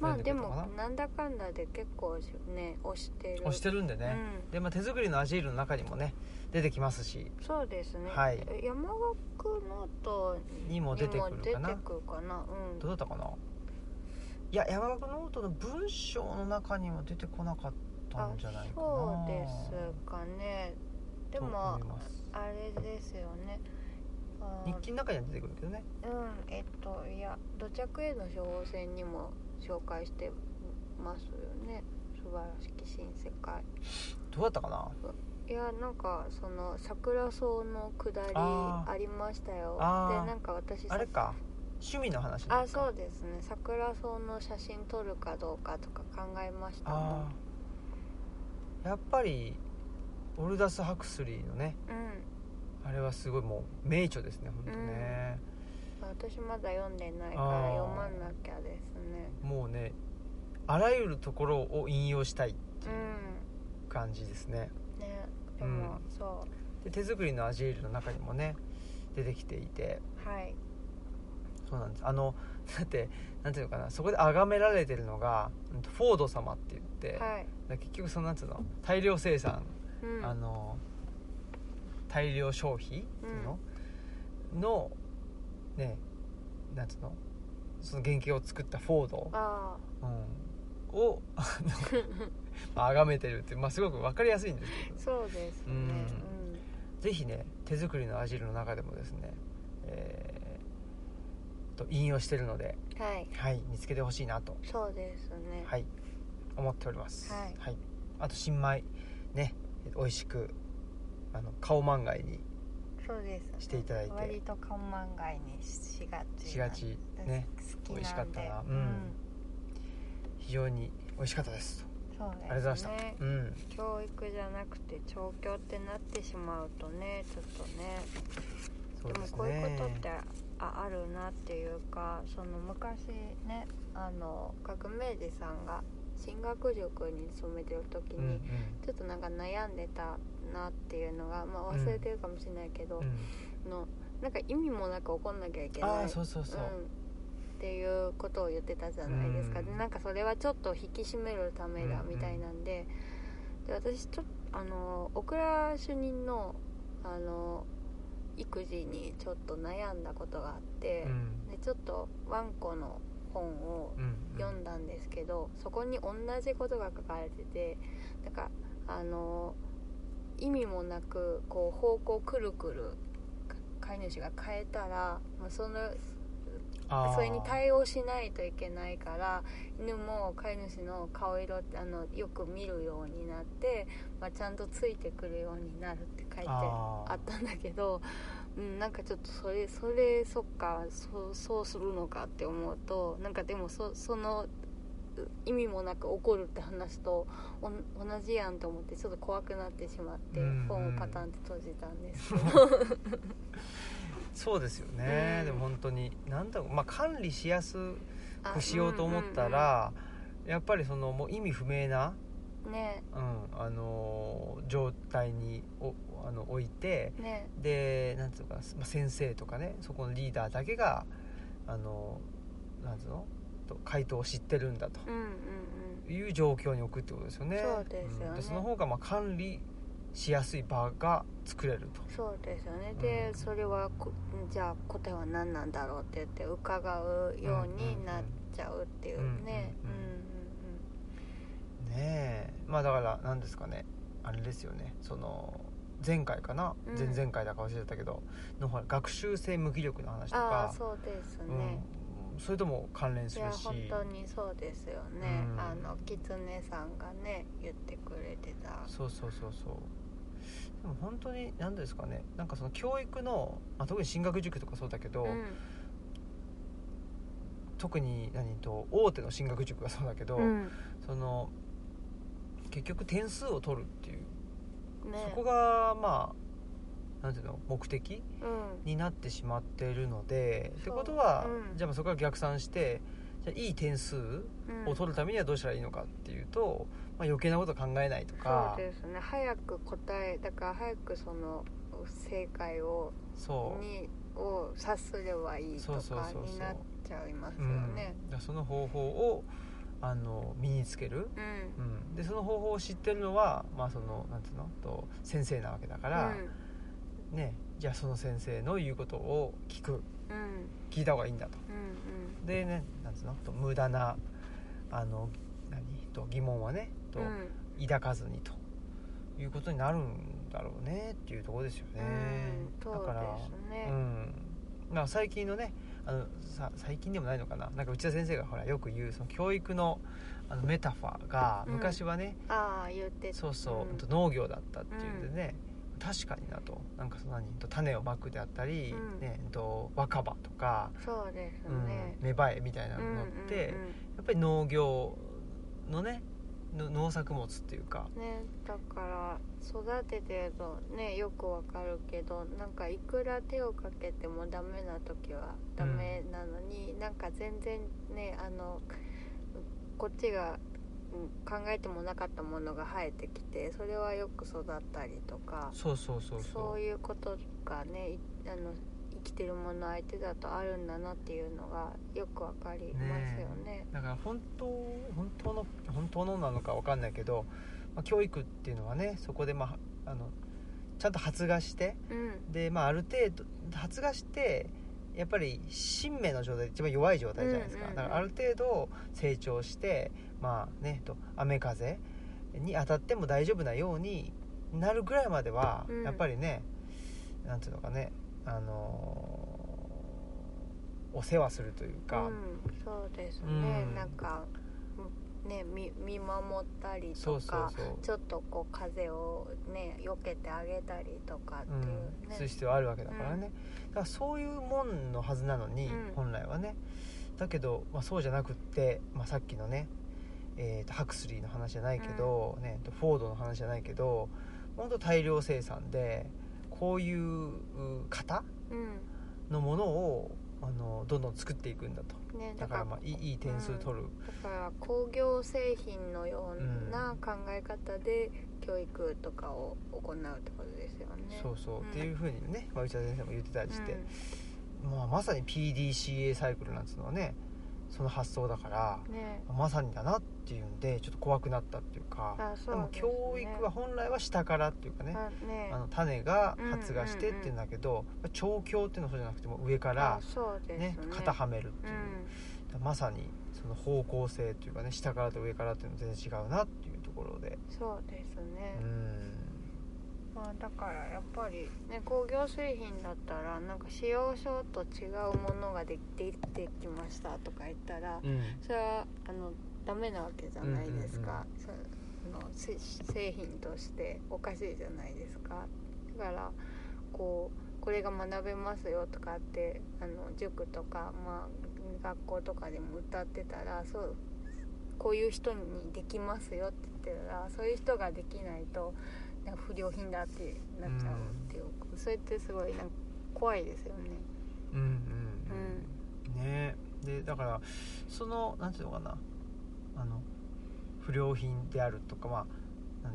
[SPEAKER 2] まあで
[SPEAKER 1] 読んでくれた
[SPEAKER 2] も
[SPEAKER 1] か
[SPEAKER 2] なんだかんだで結構ね押してる
[SPEAKER 1] 押してるんでね、でまあ、手作りのアジールの中にもね出てきますし
[SPEAKER 2] うん、そうですね、
[SPEAKER 1] はい
[SPEAKER 2] 山岳ノート
[SPEAKER 1] にも出てくるかな
[SPEAKER 2] にも出てくるかなうん
[SPEAKER 1] どうだったかないや山岳ノートの文章の中には出てこなかったんじゃないかな
[SPEAKER 2] そうですかねで
[SPEAKER 1] と
[SPEAKER 2] も
[SPEAKER 1] 思います
[SPEAKER 2] あれですよねあ
[SPEAKER 1] 日記の中には出てくるけどね
[SPEAKER 2] うんえっといや土着への処方箋にも紹介してますよね素晴らしき新世界
[SPEAKER 1] どうだったかない
[SPEAKER 2] やなんかその桜草の下り
[SPEAKER 1] あー
[SPEAKER 2] ありましたよ
[SPEAKER 1] あー
[SPEAKER 2] でなんか私さ
[SPEAKER 1] あれか趣味の話な
[SPEAKER 2] あ
[SPEAKER 1] のか
[SPEAKER 2] そうですね桜草の写真撮るかどうかとか考えましたも
[SPEAKER 1] あ
[SPEAKER 2] ん
[SPEAKER 1] ーやっぱりオルダス・ハクスリーのね
[SPEAKER 2] うん
[SPEAKER 1] あれはすごいもう名著ですね本当ね、
[SPEAKER 2] 私まだ読んでないか
[SPEAKER 1] あ
[SPEAKER 2] ら
[SPEAKER 1] ー
[SPEAKER 2] 読まなきゃですね
[SPEAKER 1] もうねあらゆるところを引用したいっていう
[SPEAKER 2] う
[SPEAKER 1] 感じですね、
[SPEAKER 2] んねで
[SPEAKER 1] うん
[SPEAKER 2] も、そ
[SPEAKER 1] で手作りのアジールの中にもね出てきていて
[SPEAKER 2] うはい
[SPEAKER 1] そうなんですあの だってなんていうのかなそこで崇められてるのがうんとフォード様って言って、
[SPEAKER 2] はい、
[SPEAKER 1] だから結局そのなんていうの大量生産、
[SPEAKER 2] うん、
[SPEAKER 1] あの大量消費っていうの、のねなんていうのその原型を作ったフォード、
[SPEAKER 2] あ
[SPEAKER 1] うん、をあ の崇めてるって、まあ、すごく分かりやすいんですけど
[SPEAKER 2] ーそうですね
[SPEAKER 1] うんぜひね手作りのアジルの中でもですね、えーと引用してるので、
[SPEAKER 2] うん、はい
[SPEAKER 1] はい、見つけてほしいなと、
[SPEAKER 2] そうですね
[SPEAKER 1] はい、思っております、
[SPEAKER 2] はい
[SPEAKER 1] あと新米ね美味しくあの顔万がいに
[SPEAKER 2] そうです、ね、
[SPEAKER 1] していただいて
[SPEAKER 2] 割と看板外にしがち
[SPEAKER 1] しがち
[SPEAKER 2] なんで
[SPEAKER 1] ね
[SPEAKER 2] 好きなんで
[SPEAKER 1] 美味しかったなうん
[SPEAKER 2] うん、
[SPEAKER 1] 非常に美味しかったです
[SPEAKER 2] そうですね
[SPEAKER 1] ありがとうございました、うん、
[SPEAKER 2] 教育じゃなくて調教ってなってしまうとねちょっとね
[SPEAKER 1] そう
[SPEAKER 2] で
[SPEAKER 1] で
[SPEAKER 2] も
[SPEAKER 1] す
[SPEAKER 2] こういうことっ
[SPEAKER 1] ね
[SPEAKER 2] てああるなっていうかその昔ねあの革命児さんが進学塾に勤めてる時に、
[SPEAKER 1] うん
[SPEAKER 2] ちょっとなんか悩んでたなっていうのが、まあ、忘れてるかもしれないけど、
[SPEAKER 1] うん
[SPEAKER 2] のなんか意味もなく怒んなきゃいけ
[SPEAKER 1] うん、あ
[SPEAKER 2] な
[SPEAKER 1] あ
[SPEAKER 2] い
[SPEAKER 1] そうそうそう、
[SPEAKER 2] ん、っていうことを言ってたじゃないですか、
[SPEAKER 1] うん
[SPEAKER 2] でなんかそれはちょっと引き締めるためだ
[SPEAKER 1] うん
[SPEAKER 2] みたいなんで,、で私ちょっとあのオクラ主任のあの育児にちょっと悩んだことがあって
[SPEAKER 1] う、ん
[SPEAKER 2] でちょっとワンコの本を
[SPEAKER 1] うん
[SPEAKER 2] 読んだんですけど、そこに同じことが書かれててなんかあの意味もなくこう方向をくるくるか飼い主が変えたら、まあ、その
[SPEAKER 1] あー
[SPEAKER 2] それに対応しないといけないから犬も飼い主の顔色ってあのよく見るようになって、まあ、ちゃんとついてくるようになるって書いて
[SPEAKER 1] あー
[SPEAKER 2] あったんだけど、うん、なんかちょっとそれそれそっかそうそうするのかって思うとなんかでもそそのう意味もなく怒るって話とおん同じやんと思ってちょっと怖くなってしまって
[SPEAKER 1] うんうん
[SPEAKER 2] 本をパタンって閉じたんですけど
[SPEAKER 1] そうですよね、
[SPEAKER 2] うん
[SPEAKER 1] でも本当に何だろう、まあ、管理しやす
[SPEAKER 2] あ
[SPEAKER 1] くしようと思った、ら、やっぱりそのもう意味不明な、
[SPEAKER 2] うんうんうんね
[SPEAKER 1] うんあのー状態におあの置いて
[SPEAKER 2] ね
[SPEAKER 1] でなんつうのかな、まあ、先生とかねそこのリーダーだけがあのーなんつうのと回答を知ってるんだと
[SPEAKER 2] うんうん
[SPEAKER 1] いう状況に置くってことですよね。
[SPEAKER 2] そうですよね
[SPEAKER 1] んでその方がまあ管理しやすい場が作れると。
[SPEAKER 2] うんそうですよねで、
[SPEAKER 1] うん
[SPEAKER 2] それはこじゃあ答えは何なんだろうって言って伺うようになっちゃうっていうね
[SPEAKER 1] う
[SPEAKER 2] うんん
[SPEAKER 1] うん
[SPEAKER 2] う
[SPEAKER 1] うんね
[SPEAKER 2] ん
[SPEAKER 1] えまあだから何ですかねあれですよねその前回かな、
[SPEAKER 2] うん
[SPEAKER 1] 前々回だか忘れたけどのほら学習性無気力の話と
[SPEAKER 2] ああ
[SPEAKER 1] か
[SPEAKER 2] そうですね、
[SPEAKER 1] うん、それとも関連す
[SPEAKER 2] い
[SPEAKER 1] る
[SPEAKER 2] や
[SPEAKER 1] し
[SPEAKER 2] 本当にそうですよね、
[SPEAKER 1] うん
[SPEAKER 2] あのキツネさんがね言ってくれてた
[SPEAKER 1] そうそうそうそうでも本当に何ですかねなんかその教育の、まあ、特に進学塾とかそうだけど、
[SPEAKER 2] うん
[SPEAKER 1] 特に何と大手の進学塾がそうだけど、
[SPEAKER 2] うん
[SPEAKER 1] その結局点数を取るっていう、
[SPEAKER 2] ね
[SPEAKER 1] そこがまあなんていうの目的
[SPEAKER 2] うん
[SPEAKER 1] になってしまっているので
[SPEAKER 2] そう
[SPEAKER 1] ってことは、
[SPEAKER 2] うん
[SPEAKER 1] じゃあまあそこから逆算してじゃあいい点数
[SPEAKER 2] うん
[SPEAKER 1] を取るためにはどうしたらいいのかっていうと、まあ、余計なこと考えないと
[SPEAKER 2] そ
[SPEAKER 1] か
[SPEAKER 2] うですね早く答えだから早くその正解を
[SPEAKER 1] そう
[SPEAKER 2] にを察すればいいと
[SPEAKER 1] そうそう
[SPEAKER 2] か
[SPEAKER 1] そうそう
[SPEAKER 2] になっちゃいます
[SPEAKER 1] う
[SPEAKER 2] よ
[SPEAKER 1] ん
[SPEAKER 2] ね
[SPEAKER 1] だからその方法をあの身につける、
[SPEAKER 2] うん
[SPEAKER 1] うん、でその方法を知ってるのは、まあ、そのなんてうのと先生なわけだか
[SPEAKER 2] う
[SPEAKER 1] ら、ね、じゃあその先生の言うことを聞く
[SPEAKER 2] んうん
[SPEAKER 1] 聞いた方がいいんだと。
[SPEAKER 2] うん
[SPEAKER 1] でねなんつうのと無駄なあの何と疑問はねと、
[SPEAKER 2] うんうん
[SPEAKER 1] 抱かずにということになるんだろうねっていうところですよね
[SPEAKER 2] うん。そ
[SPEAKER 1] だ
[SPEAKER 2] う
[SPEAKER 1] から、
[SPEAKER 2] ですね
[SPEAKER 1] うん、まあ最近のねあのさ最近でもないのかななんか内田先生がほらよく言うその教育のあのメタファーが
[SPEAKER 2] うん
[SPEAKER 1] 昔はね、
[SPEAKER 2] ああ言ってた
[SPEAKER 1] そうそう、
[SPEAKER 2] うん
[SPEAKER 1] 農業だったっていうんでね、確かになとなんかその何と種をまくであったり、
[SPEAKER 2] うん
[SPEAKER 1] ね、と若葉とか、
[SPEAKER 2] そうです
[SPEAKER 1] うん
[SPEAKER 2] ね
[SPEAKER 1] 芽生えみたいな
[SPEAKER 2] うん
[SPEAKER 1] のって、
[SPEAKER 2] うんうん
[SPEAKER 1] やっぱり農業のねの農作物っていうか、
[SPEAKER 2] ね、だから育ててるとねよくわかるけどなんかいくら手をかけてもダメな時はダメなのに、なんか全然ねあのこっちがうん考えてもなかったものが生えてきてそれはよく育ったりとか
[SPEAKER 1] そうそうそうそう
[SPEAKER 2] そういうことがねいあの生きてるもの相手だとあるんだなっていうのがよくわかりますよね。
[SPEAKER 1] だから本当本当の本当のなのかわかんないけど、まあ、教育っていうのはねそこで、まあ、あのちゃんと発芽して
[SPEAKER 2] うん
[SPEAKER 1] で、まあ、ある程度発芽してやっぱり新芽の状態一番弱い状態じゃないですか、
[SPEAKER 2] うんうんう
[SPEAKER 1] だ
[SPEAKER 2] ん
[SPEAKER 1] からある程度成長してまあねと雨風に当たっても大丈夫なようになるぐらいまでは、
[SPEAKER 2] うん
[SPEAKER 1] やっぱりねなんていうのかねあのーお世話するというか、
[SPEAKER 2] うん、そうですね、
[SPEAKER 1] うん
[SPEAKER 2] なんかね見見守ったりとか
[SPEAKER 1] そうそうそう
[SPEAKER 2] ちょっとこう風をね避けてあげたりとかっていう
[SPEAKER 1] うん、する
[SPEAKER 2] ね、
[SPEAKER 1] 必要あるわけだからね、だからそういうもんのはずなのに、
[SPEAKER 2] うん
[SPEAKER 1] 本来はねだけど、まあ、そうじゃなくって、まあ、さっきのね、えーとハクスリーの話じゃないけど、ね、とフォードの話じゃないけど本当大量生産でこういうう型
[SPEAKER 2] うん
[SPEAKER 1] のものをあのどんどん作っていくんだと
[SPEAKER 2] ね、
[SPEAKER 1] だ
[SPEAKER 2] だ
[SPEAKER 1] か
[SPEAKER 2] からら
[SPEAKER 1] まあいいいい点数取る、
[SPEAKER 2] だから工業製品のような考え方で教育とかを行うってことですよね。
[SPEAKER 1] そうそう、
[SPEAKER 2] うん
[SPEAKER 1] っていうふうにね、まあ、内田先生も言ってたりして、
[SPEAKER 2] う
[SPEAKER 1] まあ、まさに PDCA サイクルなんつうのはねその発想だから。
[SPEAKER 2] んね、
[SPEAKER 1] まさにだなっていうんでちょっと怖くなったっていうか
[SPEAKER 2] あそう
[SPEAKER 1] も
[SPEAKER 2] ですね
[SPEAKER 1] 教育は本来は下からっていうかね
[SPEAKER 2] あね
[SPEAKER 1] あの種が発芽してっていうんだけど、調教っていうのはそうじゃなくてもう上から
[SPEAKER 2] あ、そうですね
[SPEAKER 1] ね肩はめるって
[SPEAKER 2] う
[SPEAKER 1] いう、
[SPEAKER 2] ん
[SPEAKER 1] だからまさにその方向性というかね下からと上からっていうのは全然違うなっていうところで
[SPEAKER 2] そうですね。
[SPEAKER 1] うん
[SPEAKER 2] まあだからやっぱりね工業製品だったらなんか使用書と違うものができてできましたとか言ったら
[SPEAKER 1] うん
[SPEAKER 2] それはあのダメなわけじゃないですか、そあのせ製品としておかしいじゃないですかだからこうこれが学べますよとかってあの塾とか、まあ、学校とかでも歌ってたらそうこういう人にできますよって言ってたらそういう人ができないとなんか不良品だってなっちゃうっていう、それってすごいなんか怖いですよね
[SPEAKER 1] うんうん、うん、ねえでだからそのなんていうのかなあの不良品であるとかまあ何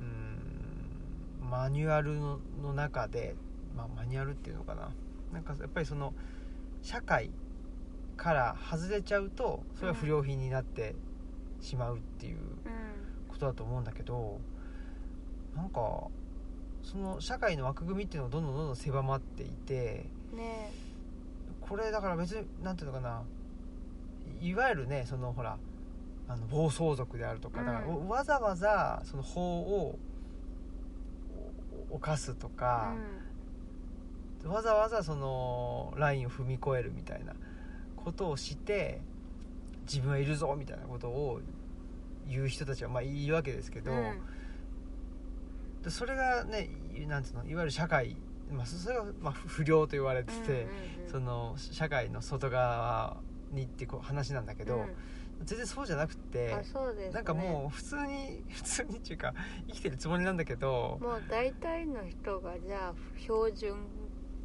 [SPEAKER 1] うーんマニュアルのの中で、まあ、マニュアルっていうのかななんかやっぱりその社会から外れちゃうとそれは不良品になってしまうっていう
[SPEAKER 2] うん
[SPEAKER 1] ことだと思うんだけどなんかその社会の枠組みっていうのがどんどんどんどん狭まっていて
[SPEAKER 2] ね
[SPEAKER 1] これだから別になんていうのかないわゆるねそのほらあの暴走族であるとかだから、
[SPEAKER 2] うん
[SPEAKER 1] わざわざその法をお犯すと
[SPEAKER 2] え
[SPEAKER 1] か、わざわざそのラインを踏み越えるみたいなことをして自分はいるぞみたいなことを言う人たちはまあいるわけですけど、
[SPEAKER 2] うん
[SPEAKER 1] でそれがねいなんつうのいわゆる社会、まあ、そそれがまあ不不良と言われてて。
[SPEAKER 2] うんうんうん
[SPEAKER 1] その社会の外側にってこう話なんだけど、全然そうじゃなくて
[SPEAKER 2] あそうです、ね、
[SPEAKER 1] なんかもう普通に 普通にっていうか生きてるつもりなんだけど
[SPEAKER 2] もう大体の人がじゃあ標準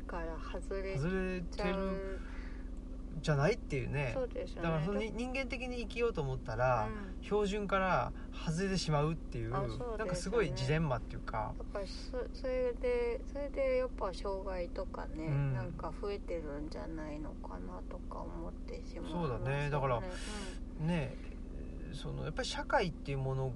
[SPEAKER 2] から外れ
[SPEAKER 1] 外れ
[SPEAKER 2] ち
[SPEAKER 1] て
[SPEAKER 2] ゃ
[SPEAKER 1] る
[SPEAKER 2] う
[SPEAKER 1] じゃないっていうね
[SPEAKER 2] そうですよね
[SPEAKER 1] だからそのに人間的に生きようと思ったら、
[SPEAKER 2] うん
[SPEAKER 1] 標準から外れてしまうっていう
[SPEAKER 2] あそうですよね
[SPEAKER 1] なんかすごいジレンマっていうか
[SPEAKER 2] やっぱりそそれでそれでやっぱ障害とかね、
[SPEAKER 1] うん
[SPEAKER 2] なんか増えてるんじゃないのかなとか思ってしまいます
[SPEAKER 1] そうだねだからねそのやっぱり社会っていうもの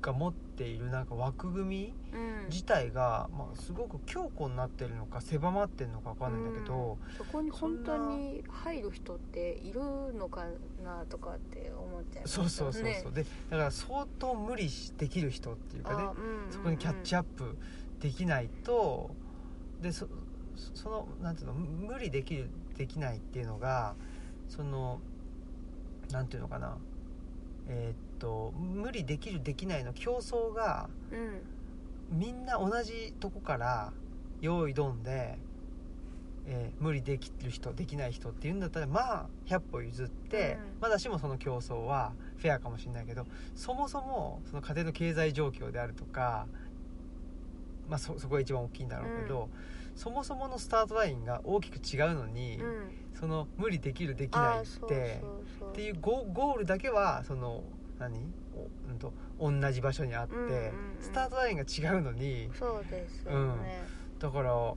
[SPEAKER 1] が持っているなんか枠組み、
[SPEAKER 2] うんうん
[SPEAKER 1] 自体が、まあ、すごく強固になってるのか狭まってるのかわかんないんだけど、
[SPEAKER 2] うんそこに本当に入る人っているのかなとかって思っちゃいます
[SPEAKER 1] そうそうそう
[SPEAKER 2] ね
[SPEAKER 1] そう、でだから相当無理しできる人っていうかね
[SPEAKER 2] あうんうんうん
[SPEAKER 1] そこにキャッチアップできないと、でそそのなんていうの無理できるできないっていうのがそのなんていうのかなえーっと無理できるできないの競争が
[SPEAKER 2] うん
[SPEAKER 1] みんな同じとこから用意どんで、えー無理できる人できない人っていうんだったらまあ100歩譲って、
[SPEAKER 2] うん
[SPEAKER 1] まだしもその競争はフェアかもしれないけどそもそもその家庭の経済状況であるとか、まあ、そそこが一番大きいんだろうけど、そもそものスタートラインが大きく違うのに、
[SPEAKER 2] うん
[SPEAKER 1] その無理できるでき
[SPEAKER 2] あ
[SPEAKER 1] ない
[SPEAKER 2] あ
[SPEAKER 1] っ
[SPEAKER 2] そう
[SPEAKER 1] て
[SPEAKER 2] そうそう
[SPEAKER 1] っていうゴゴールだけはその何おうんと同じ場所にあって、
[SPEAKER 2] うんうんうん
[SPEAKER 1] スタートラインが違うのに
[SPEAKER 2] そうですよね、
[SPEAKER 1] だからお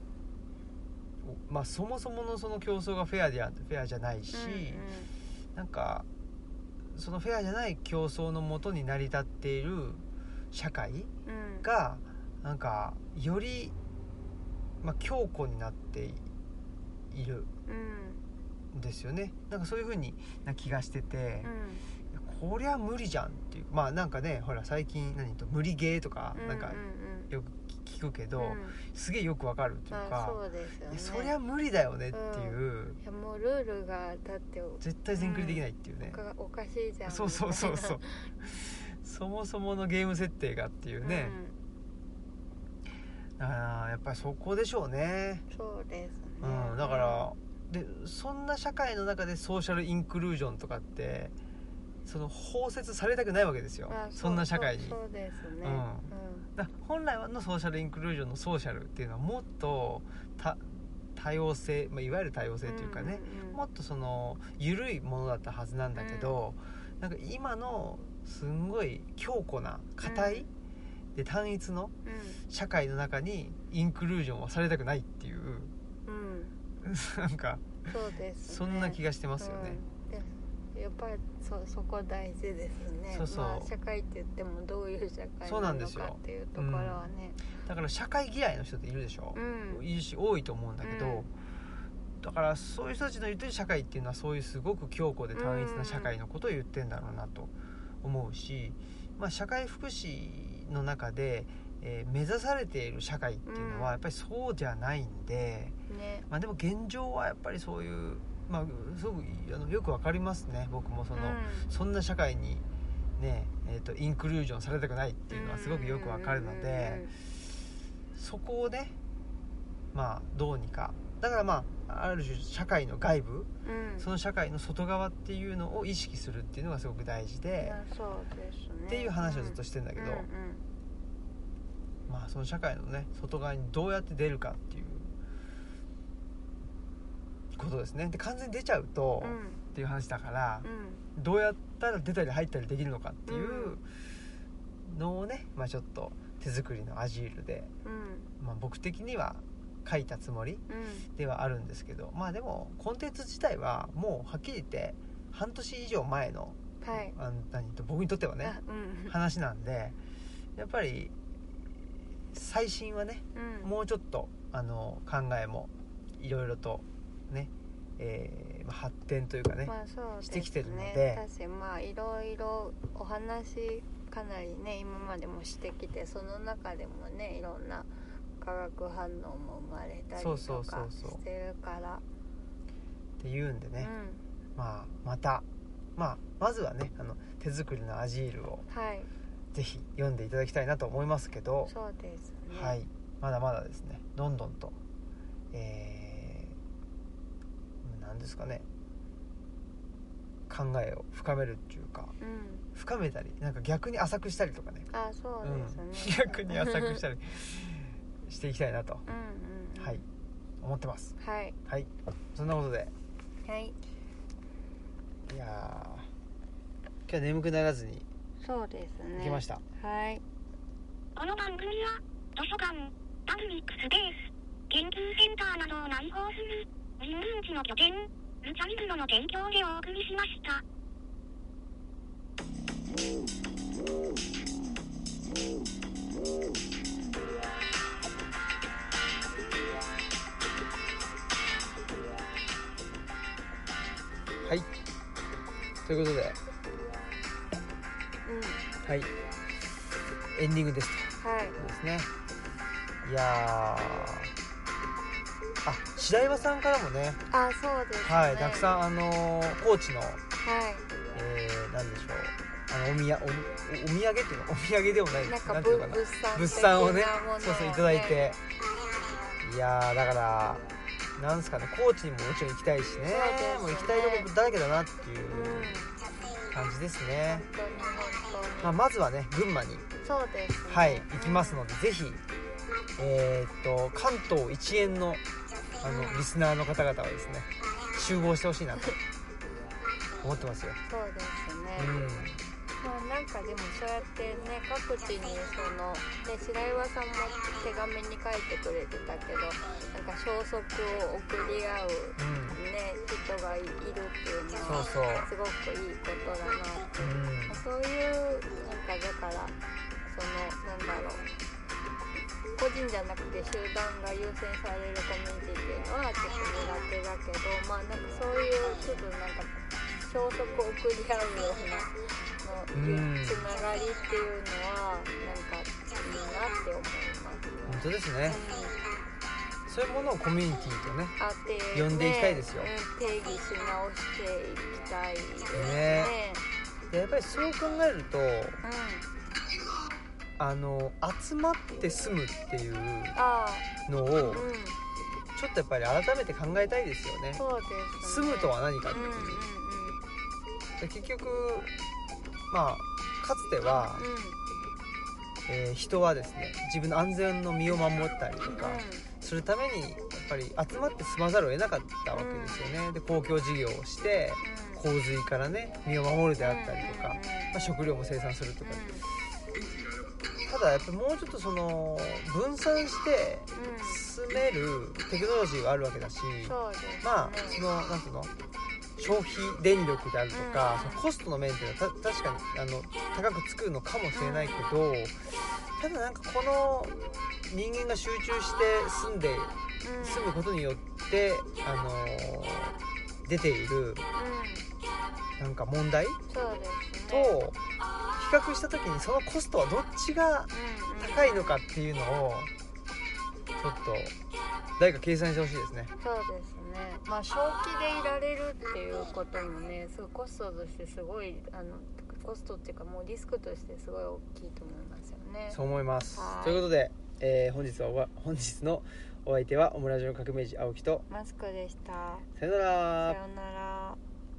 [SPEAKER 1] まあそもそものその競争がフェアであフェアじゃないし、なんかそのフェアじゃない競争のもとに成り立っている社会
[SPEAKER 2] うんうんうん、
[SPEAKER 1] がなんかより、まあ、強固になっている
[SPEAKER 2] うん
[SPEAKER 1] んですよねなんかそういう風にな気がしてて、
[SPEAKER 2] うん
[SPEAKER 1] こりゃ無理じゃんっていうまあなんかねほら最近何と無理ゲーとかなんか
[SPEAKER 2] うう
[SPEAKER 1] よく聞くけど、
[SPEAKER 2] うんうん
[SPEAKER 1] すげえよくわかるっていう
[SPEAKER 2] あ
[SPEAKER 1] か
[SPEAKER 2] そうですよ
[SPEAKER 1] いやそ
[SPEAKER 2] ね
[SPEAKER 1] りゃ無理だよねっていう、
[SPEAKER 2] いやもうルールがだってお
[SPEAKER 1] 絶対全クリできないっていうね、
[SPEAKER 2] かおかしいじゃん
[SPEAKER 1] そうそうそうそうそもそものゲーム設定がっていう
[SPEAKER 2] みたいな
[SPEAKER 1] ね、あーやっぱりそこでしょうね、
[SPEAKER 2] うんそうですね
[SPEAKER 1] うん、だからでそんな社会の中でソーシャルインクルージョンとかってその包摂されたくないわけですよ
[SPEAKER 2] あ
[SPEAKER 1] そんな社会に
[SPEAKER 2] そうそうですね
[SPEAKER 1] うんだ本来のソーシャルインクルージョンのソーシャルっていうのはもっとた多様性、まあ、いわゆる多様性というかね、
[SPEAKER 2] んん
[SPEAKER 1] もっとその緩いものだったはずなんだけど、なんか今のすんごい強固な硬い、で単一の社会の中にインクルージョンはされたくないっていう
[SPEAKER 2] うんうん
[SPEAKER 1] なんか
[SPEAKER 2] そうですね
[SPEAKER 1] そんな気がしてますよね。
[SPEAKER 2] うんでやっぱりそそこ大事ですね
[SPEAKER 1] そうそう
[SPEAKER 2] まあ、社会って言ってもどういう社会
[SPEAKER 1] そう
[SPEAKER 2] な
[SPEAKER 1] なんで
[SPEAKER 2] の
[SPEAKER 1] す
[SPEAKER 2] か
[SPEAKER 1] よ
[SPEAKER 2] っていうところはね
[SPEAKER 1] だから社会嫌いの人っているでしょ、
[SPEAKER 2] うん
[SPEAKER 1] いるし多いと思うんだけど、
[SPEAKER 2] うん
[SPEAKER 1] だからそういう人たちの言ってる社会っていうのはそういうすごく強固で単一な社会のことを言ってんだろうなと思うし、まあ、社会福祉の中で、えー目指されている社会っていうの
[SPEAKER 2] うん
[SPEAKER 1] はやっぱりそうじゃないんで、
[SPEAKER 2] ね
[SPEAKER 1] まあ、でも現状はやっぱりそういう、まあ、すごくあのよくわかりますね僕もその、
[SPEAKER 2] うん
[SPEAKER 1] そんな社会に、ねえー、とインクルージョンされたくないっていうのはすごくよくわかるので。そこをねまあどうにかだからまあある種社会の外部
[SPEAKER 2] うんうんうんうん
[SPEAKER 1] その社会の外側っていうのを意識するっていうのがすごく大事で、
[SPEAKER 2] まあそうですね
[SPEAKER 1] っていう話をずっとしてんだけど、
[SPEAKER 2] うんうん
[SPEAKER 1] まあその社会のね外側にどうやって出るかっていうことですねで完全に出ちゃうと、
[SPEAKER 2] うん
[SPEAKER 1] っていう話だから
[SPEAKER 2] う、
[SPEAKER 1] どうやったら出たり入ったりできるのかっていううのをね、まあ、ちょっと手作りのアジールで、
[SPEAKER 2] んうん
[SPEAKER 1] まあ、僕的には書いたつもり
[SPEAKER 2] うん
[SPEAKER 1] ではあるんですけどまあでもコンテンツ自体はもうはっきり言って半年以上前の,、
[SPEAKER 2] はい
[SPEAKER 1] あの何と僕にとってはね
[SPEAKER 2] あうん
[SPEAKER 1] 話なんでやっぱり最新はね
[SPEAKER 2] うん
[SPEAKER 1] もうちょっとあの考えもいろいろとね、えーまあ発展というかね、
[SPEAKER 2] まあそうです
[SPEAKER 1] してきてるの
[SPEAKER 2] ね
[SPEAKER 1] で
[SPEAKER 2] 確かにまあいろいろお話かなりね今までもしてきてその中でもねいろんな化学反応も生まれたり
[SPEAKER 1] そうそ
[SPEAKER 2] と
[SPEAKER 1] うそ
[SPEAKER 2] か
[SPEAKER 1] うそう
[SPEAKER 2] してるから
[SPEAKER 1] っていうんで
[SPEAKER 2] う
[SPEAKER 1] ね、
[SPEAKER 2] ん
[SPEAKER 1] まあ、また、まあ、まずはねあの手作りのアジールを
[SPEAKER 2] はい
[SPEAKER 1] ぜひ読んでいただきたいなと思いますけど、
[SPEAKER 2] そうですね
[SPEAKER 1] はい、まだまだですねどんどんとえー何ですかね考えを深めるっていうか
[SPEAKER 2] うん
[SPEAKER 1] 深めたりなんか逆に浅くしたりとかね
[SPEAKER 2] あそうですね
[SPEAKER 1] うん、 逆に浅くしたりしていきたいなと、
[SPEAKER 2] うんうんうん
[SPEAKER 1] はい思ってます
[SPEAKER 2] はい
[SPEAKER 1] はいそんなことで
[SPEAKER 2] はい
[SPEAKER 1] いやー今日は眠くならずに
[SPEAKER 2] そうですね
[SPEAKER 1] 行きました、
[SPEAKER 2] はい
[SPEAKER 3] この番組は図書館パブリックスペース研究センターなどを内包する人文地の拠点ルチャリブロの提供でお送りしました
[SPEAKER 1] はいということで
[SPEAKER 2] うん
[SPEAKER 1] はいエンディングです
[SPEAKER 2] はい
[SPEAKER 1] そうですねいやーあ白岩さんからもね
[SPEAKER 2] あそうですね
[SPEAKER 1] はいたく
[SPEAKER 2] ん
[SPEAKER 1] さんあのー高知の、
[SPEAKER 2] はい
[SPEAKER 1] えー、なんでしょうあのおみやおおお土産って いうのお土産でもない
[SPEAKER 2] なんか
[SPEAKER 1] なんてい
[SPEAKER 2] ぶ
[SPEAKER 1] うのかな
[SPEAKER 2] 物産
[SPEAKER 1] 物産をね
[SPEAKER 2] 的なもの
[SPEAKER 1] そうそういただいていやーだからなんですかね高知にももちろん行きたいしね
[SPEAKER 2] そうですね
[SPEAKER 1] もう行きたいとこだらけだなっていううん感じですね、
[SPEAKER 2] 本当に
[SPEAKER 1] ま
[SPEAKER 2] 本当
[SPEAKER 1] あ、
[SPEAKER 2] に、
[SPEAKER 1] まずはね群馬に
[SPEAKER 2] そうです、ね、
[SPEAKER 1] はい行きますのでぜひえーっと関東一円のあのリスナーの方々はですね集合してほしいなと思ってますよ、
[SPEAKER 2] うんそうですね、
[SPEAKER 1] うん、
[SPEAKER 2] まあなんかでもそうやってね各地にそのね白岩さんも手紙に書いてくれてたけどなんか消息を送り合う
[SPEAKER 1] う
[SPEAKER 2] ね人がいるっていう
[SPEAKER 1] ん、
[SPEAKER 2] のは
[SPEAKER 1] そうそう
[SPEAKER 2] すごくいいことだなって
[SPEAKER 1] うん
[SPEAKER 2] そういうなんかだからそのなんだろう個人じゃなくて集団が優先されるコミュニティっていうのはちょっと苦手だけどまあなんかそういうちょっとなんか消息を送り合うような
[SPEAKER 1] うん
[SPEAKER 2] のつながりっていうのはなんかいいなって思います。
[SPEAKER 1] 本当ですねそういうものをコミュニティとね
[SPEAKER 2] あって
[SPEAKER 1] 呼んでいきたいですよ
[SPEAKER 2] ねうん定義し直していきたいですね。
[SPEAKER 1] ねでやっぱりそう考えると
[SPEAKER 2] うん、
[SPEAKER 1] あの集まって住むっていう
[SPEAKER 2] ああ、
[SPEAKER 1] のを
[SPEAKER 2] うん、
[SPEAKER 1] ちょっとやっぱり改めて考えたいですよね
[SPEAKER 2] そうです、
[SPEAKER 1] 住
[SPEAKER 2] ね。
[SPEAKER 1] むとは何かっ
[SPEAKER 2] う
[SPEAKER 1] て
[SPEAKER 2] ん
[SPEAKER 1] い
[SPEAKER 2] うんうん
[SPEAKER 1] うで結局まあかつては、
[SPEAKER 2] うん
[SPEAKER 1] えー人はですね自分の安全の身を守ったりと
[SPEAKER 2] う
[SPEAKER 1] か
[SPEAKER 2] ん
[SPEAKER 1] するためにやっぱり集まって住まざるを得なかったわけですよねで公共事業をして洪水からね身を守るであったりとか、
[SPEAKER 2] うんうんうん
[SPEAKER 1] まあ、食料も生産するとか
[SPEAKER 2] う
[SPEAKER 1] ただやっぱりもうちょっとその分散して
[SPEAKER 2] んうん
[SPEAKER 1] 住めるテクノロジーがあるわけだし
[SPEAKER 2] そうですね
[SPEAKER 1] まあそのなんていうの消費電力であるとか、
[SPEAKER 2] うん
[SPEAKER 1] そのコストの面っていうのはた確かにあの高くつくのかもしれないけど、ただなんかこの人間が集中して住んで
[SPEAKER 2] うん
[SPEAKER 1] 住むことによって、あのー出ている
[SPEAKER 2] うん
[SPEAKER 1] なんか問題
[SPEAKER 2] そうですね
[SPEAKER 1] と比較した時にそのコストはどっちが
[SPEAKER 2] うんうん
[SPEAKER 1] 高いのかっていうのをちょっと誰か計算してほしいですね。
[SPEAKER 2] そうですねまあ正気でいられるっていうこともねすごいコストとしてすごいあのコストっていうかもうリスクとしてすごい大きいと思いますよね
[SPEAKER 1] そう思います
[SPEAKER 2] はい
[SPEAKER 1] ということで、えー本日はおわ本日のお相手はオムラジオ革命児青木と
[SPEAKER 2] マスクでした
[SPEAKER 1] さよなら
[SPEAKER 2] さようなら